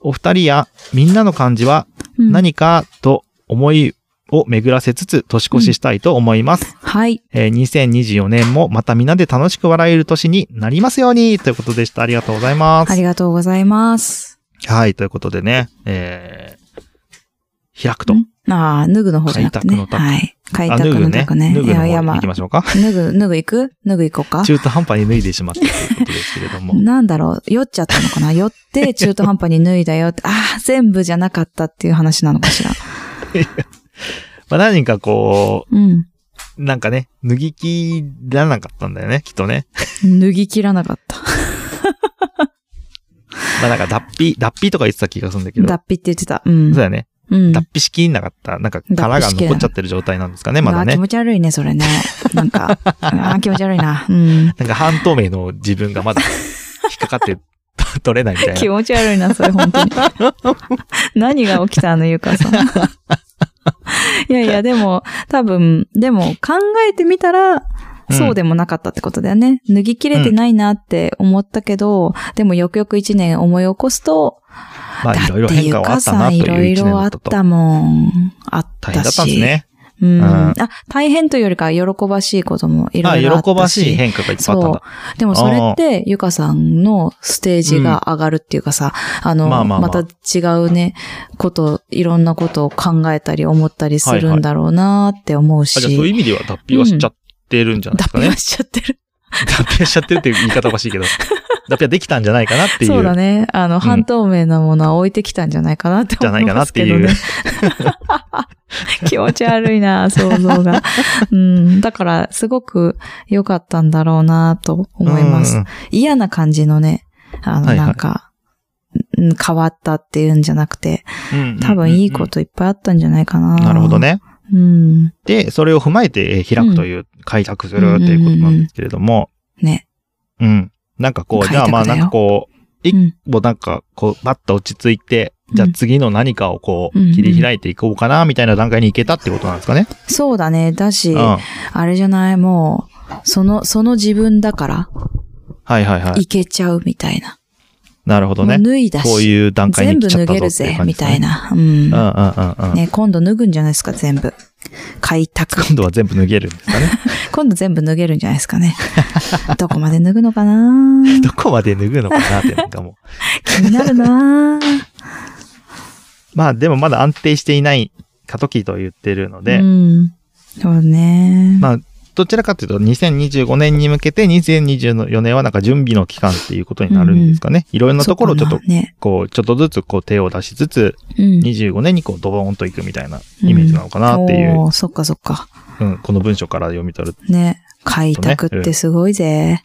Speaker 1: お二人やみんなの感じは
Speaker 2: うん
Speaker 1: 何かと思いを巡らせつつ年越ししたいと思います。
Speaker 2: はい。
Speaker 1: えー2024年もまたみんなで楽しく笑える年になりますようにということでした。ありがとうございます
Speaker 2: あ。りがとうございます。
Speaker 1: はい、ということでね、えー、開くと。
Speaker 2: ああ、脱ぐの方じゃなくて
Speaker 1: 開
Speaker 2: ね。
Speaker 1: 拓の拓
Speaker 2: はい。開
Speaker 1: あ、脱
Speaker 2: 拓
Speaker 1: ぐ
Speaker 2: の
Speaker 1: ね。
Speaker 2: 拓ね。
Speaker 1: 脱ぐの
Speaker 2: いや、
Speaker 1: 方
Speaker 2: 山
Speaker 1: 行き。ましょうか。
Speaker 2: 脱ぐ、脱ぐ行く脱ぐ行こうか。
Speaker 1: 中途半端に脱いでしまったということですけれども。
Speaker 2: なんだろう、酔っちゃったのかな酔
Speaker 1: [laughs]
Speaker 2: って中途半端に脱いだよって、ああ、全部じゃなかったっていう話なのかしら。
Speaker 1: まあ何かこ
Speaker 2: うん。
Speaker 1: [laughs] う、なんかね、脱ぎ切らなかったんだよね、きっとね。
Speaker 2: 脱ぎ切らなかった。
Speaker 1: まあなんか脱皮、 [laughs] 脱皮とか言ってた気がするんだけど。
Speaker 2: 脱皮って言ってた。うん。
Speaker 1: そうだね。
Speaker 2: うん。
Speaker 1: 脱皮しきんなかった。なんか殻が残っちゃってる状態なんですかね、まだ
Speaker 2: うわー気
Speaker 1: ね。
Speaker 2: 持ち悪いね、それね。な
Speaker 1: [laughs]
Speaker 2: んか、あー気持ち悪いな。うん。
Speaker 1: なんか半透明の自分が
Speaker 2: [laughs]
Speaker 1: まだ引っかかって取れないみたい
Speaker 2: 気
Speaker 1: な。
Speaker 2: 持ち悪いな、それ、本
Speaker 1: [laughs]
Speaker 2: 当に。何が起きたの、ゆかさん。いやいや、でも、多分、でも、考えてみたら、
Speaker 1: うん
Speaker 2: そうでもなかったってことだよね。脱ぎ切れてないなって思ったけど、でもよくよく一年思い起こすと、
Speaker 1: まあいろいろ変化はあったなと
Speaker 2: だって
Speaker 1: いう
Speaker 2: ゆ
Speaker 1: 一
Speaker 2: かさんいろい
Speaker 1: 年
Speaker 2: ろあ
Speaker 1: だ
Speaker 2: っ
Speaker 1: ったと。
Speaker 2: たもん。あっ
Speaker 1: 大変
Speaker 2: た
Speaker 1: だったんで
Speaker 2: し。
Speaker 1: すね。
Speaker 2: うん。
Speaker 1: ん
Speaker 2: あ、大変というよりか、喜ばしいこともいろいろあ
Speaker 1: あ
Speaker 2: ったし。
Speaker 1: 喜ばしい変化がいっぱいあったんだ。
Speaker 2: でもそれって、ゆかさんのステージが上がるっていうかさ、あの、
Speaker 1: まあまあまあ
Speaker 2: た違うね、こと、いろんなことを考えたり思ったりするんだろうなって思うし、
Speaker 1: あじゃあそういう意味では脱皮はしちゃってるんじゃないですか
Speaker 2: 脱
Speaker 1: ね。
Speaker 2: 皮はしちゃってる。
Speaker 1: 脱皮はしちゃってるっていう言い方おかし
Speaker 2: [laughs]
Speaker 1: いけど。脱皮はできたんじゃないかなっていう。
Speaker 2: そうだね。あの、半透明なものは置いてきたんじゃないかなって
Speaker 1: じゃ
Speaker 2: 思
Speaker 1: ないいかな
Speaker 2: ま
Speaker 1: っ
Speaker 2: す
Speaker 1: て
Speaker 2: け
Speaker 1: い
Speaker 2: ど
Speaker 1: う。
Speaker 2: ね。 [laughs] 気持ち悪いな想像が。うん。だから、すごく良かったんだろうなと思います
Speaker 1: う。ん
Speaker 2: 嫌な感じのね、あの、
Speaker 1: はいはい
Speaker 2: なんか、うん変わったっていうんじゃなくて、
Speaker 1: うんうん
Speaker 2: 多分いいこといっぱいあったんじゃないかな。
Speaker 1: なるほど。ね。
Speaker 2: うん。
Speaker 1: で、それを踏まえてえー開くという、開拓するということなんですけれども、
Speaker 2: ね。
Speaker 1: うん。なんかこう、
Speaker 2: 開
Speaker 1: じゃあ
Speaker 2: 拓
Speaker 1: まあ
Speaker 2: だ
Speaker 1: な
Speaker 2: よ
Speaker 1: んかこう、
Speaker 2: う
Speaker 1: 一
Speaker 2: ん。
Speaker 1: 歩なんかこう、バッと落ち着いて、
Speaker 2: うん
Speaker 1: じゃあ次の何かをこ
Speaker 2: うんう
Speaker 1: う、
Speaker 2: ん
Speaker 1: 切り開いていこうかな、みたいな段階に行けたってことなんですかね。
Speaker 2: そうだね。だし、
Speaker 1: うん。
Speaker 2: あ
Speaker 1: はい
Speaker 2: れじゃない、もう、その、その自分だから、
Speaker 1: はいはい。
Speaker 2: いけちゃうみたいな。
Speaker 1: なるほど
Speaker 2: も
Speaker 1: ね
Speaker 2: う。脱いだ
Speaker 1: こう
Speaker 2: し、
Speaker 1: いう段階
Speaker 2: 全
Speaker 1: に
Speaker 2: 部
Speaker 1: 来ちゃ
Speaker 2: 脱
Speaker 1: った
Speaker 2: げ
Speaker 1: ぞ
Speaker 2: る
Speaker 1: っていう感
Speaker 2: ぜ、
Speaker 1: じ
Speaker 2: み
Speaker 1: です
Speaker 2: た
Speaker 1: ね
Speaker 2: い。な。うん。
Speaker 1: うんうんうんうん。
Speaker 2: ね、今度脱ぐんじゃないですか、全部。開
Speaker 1: [laughs]
Speaker 2: 拓。
Speaker 1: 今度は全部脱げるんですか
Speaker 2: [laughs]
Speaker 1: ね。
Speaker 2: 今度全部脱げるんじゃないですかね。どこまで脱ぐのかな
Speaker 1: [laughs] どこまで脱ぐのかなって、なんかもう。
Speaker 2: 気になるな
Speaker 1: まあでもまだ安定していない過渡期と言ってるので、
Speaker 2: うん。そうね。
Speaker 1: まあどちらかというと2025年に向けて2024年はなんか準備の期間っていうことになるんですかね。いろんなところをちょっと
Speaker 2: そうかなね。
Speaker 1: こう、ちょっとずつこう手を出しつつ、
Speaker 2: うん。
Speaker 1: 25年にこうドボーンといくみたいなイメージなのかなっていう、
Speaker 2: おーそっかそっか。
Speaker 1: うんこの文章から読み取ると
Speaker 2: ね。開拓ってすごいぜ。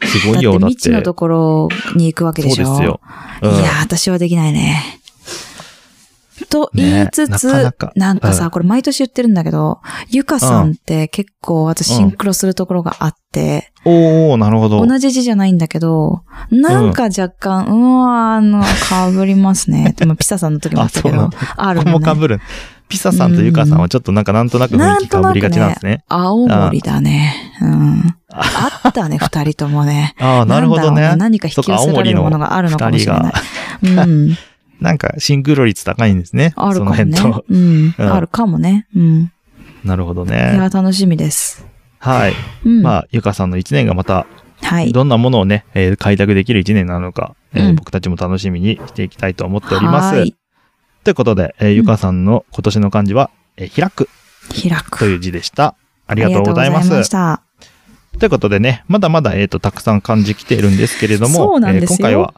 Speaker 1: すご
Speaker 2: だっ
Speaker 1: い
Speaker 2: て
Speaker 1: よ、だって。
Speaker 2: 未知のところに行くわけでしょ。
Speaker 1: そうですよ。うん
Speaker 2: いやー、私はできないね。と言いつつ、
Speaker 1: ね
Speaker 2: な
Speaker 1: なかなか
Speaker 2: んかさ、
Speaker 1: うん
Speaker 2: これ毎年言ってるんだけど、ゆかさんって結構私シンクロするところがあって、
Speaker 1: おー、なるほど。
Speaker 2: 同じ字じゃないんだけど、なんか若干、うわー、あの、かぶりま
Speaker 1: [laughs]
Speaker 2: すね。でもピサさんの時もあったけど
Speaker 1: あ、
Speaker 2: あ
Speaker 1: こ
Speaker 2: る
Speaker 1: こ
Speaker 2: の
Speaker 1: も
Speaker 2: ね
Speaker 1: 被。る。ピサさんとユカさんはちょっとなんかなんとなく雰囲気被りがちなんですね。
Speaker 2: 青森だね。うん。あっ
Speaker 1: [laughs]
Speaker 2: たね、二人ともね。
Speaker 1: ああ、なるほど
Speaker 2: んだろう
Speaker 1: ね。
Speaker 2: 何か引き寄せられるものがあるのかもしれない。うん。
Speaker 1: なんかシンクロ率高いんですね。
Speaker 2: あるか
Speaker 1: [laughs]
Speaker 2: も
Speaker 1: その
Speaker 2: ね
Speaker 1: 辺と。。 [laughs]
Speaker 2: うん。
Speaker 1: うん
Speaker 2: あるかもね。うん。
Speaker 1: なるほど
Speaker 2: いや、
Speaker 1: ね。
Speaker 2: 楽しみです。
Speaker 1: はい。
Speaker 2: うん。
Speaker 1: まあ、ゆかさんの一年がまた、
Speaker 2: はい。
Speaker 1: どんなものをね、えー開拓できる一年なのか、えー
Speaker 2: うん
Speaker 1: 僕たちも楽しみにしていきたいと思っております。
Speaker 2: はい
Speaker 1: ということで、えーゆかさんの今年の漢字は、えー開く
Speaker 2: 開
Speaker 1: と
Speaker 2: く。
Speaker 1: いう字でした。ありがとうございま。
Speaker 2: ありがとうございますした。
Speaker 1: ということでね、まだまだ、えっ、と、たくさん漢字来ているんですけれども、
Speaker 2: そうなんです
Speaker 1: え
Speaker 2: よ
Speaker 1: ー今回は、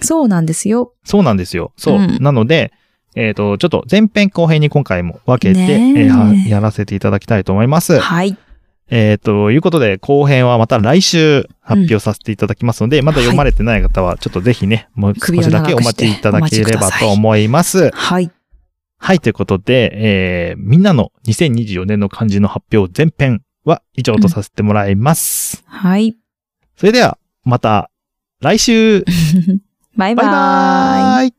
Speaker 2: そうなんですよ。
Speaker 1: そうなんですよ。そう。
Speaker 2: うん
Speaker 1: なので、えっ、と、ちょっと前編後編に今回も分けて、
Speaker 2: ねえ
Speaker 1: えーはやらせていただきたいと思います。
Speaker 2: はい。
Speaker 1: えっ、と、いうことで、後編はまた来週発表させていただきますので、まだ読まれてない方は、ちょっとぜひね、もう少
Speaker 2: 首を
Speaker 1: しだ
Speaker 2: 長く
Speaker 1: けお待ちいただければと思います。
Speaker 2: はい。
Speaker 1: はい、ということで、えー、みんなの2024年の漢字の発表前編は以上とさせてもらいます。
Speaker 2: はい。 [laughs]
Speaker 1: それでは、また来週
Speaker 2: バ
Speaker 1: バイ
Speaker 2: イバーイ
Speaker 1: バ。ーイ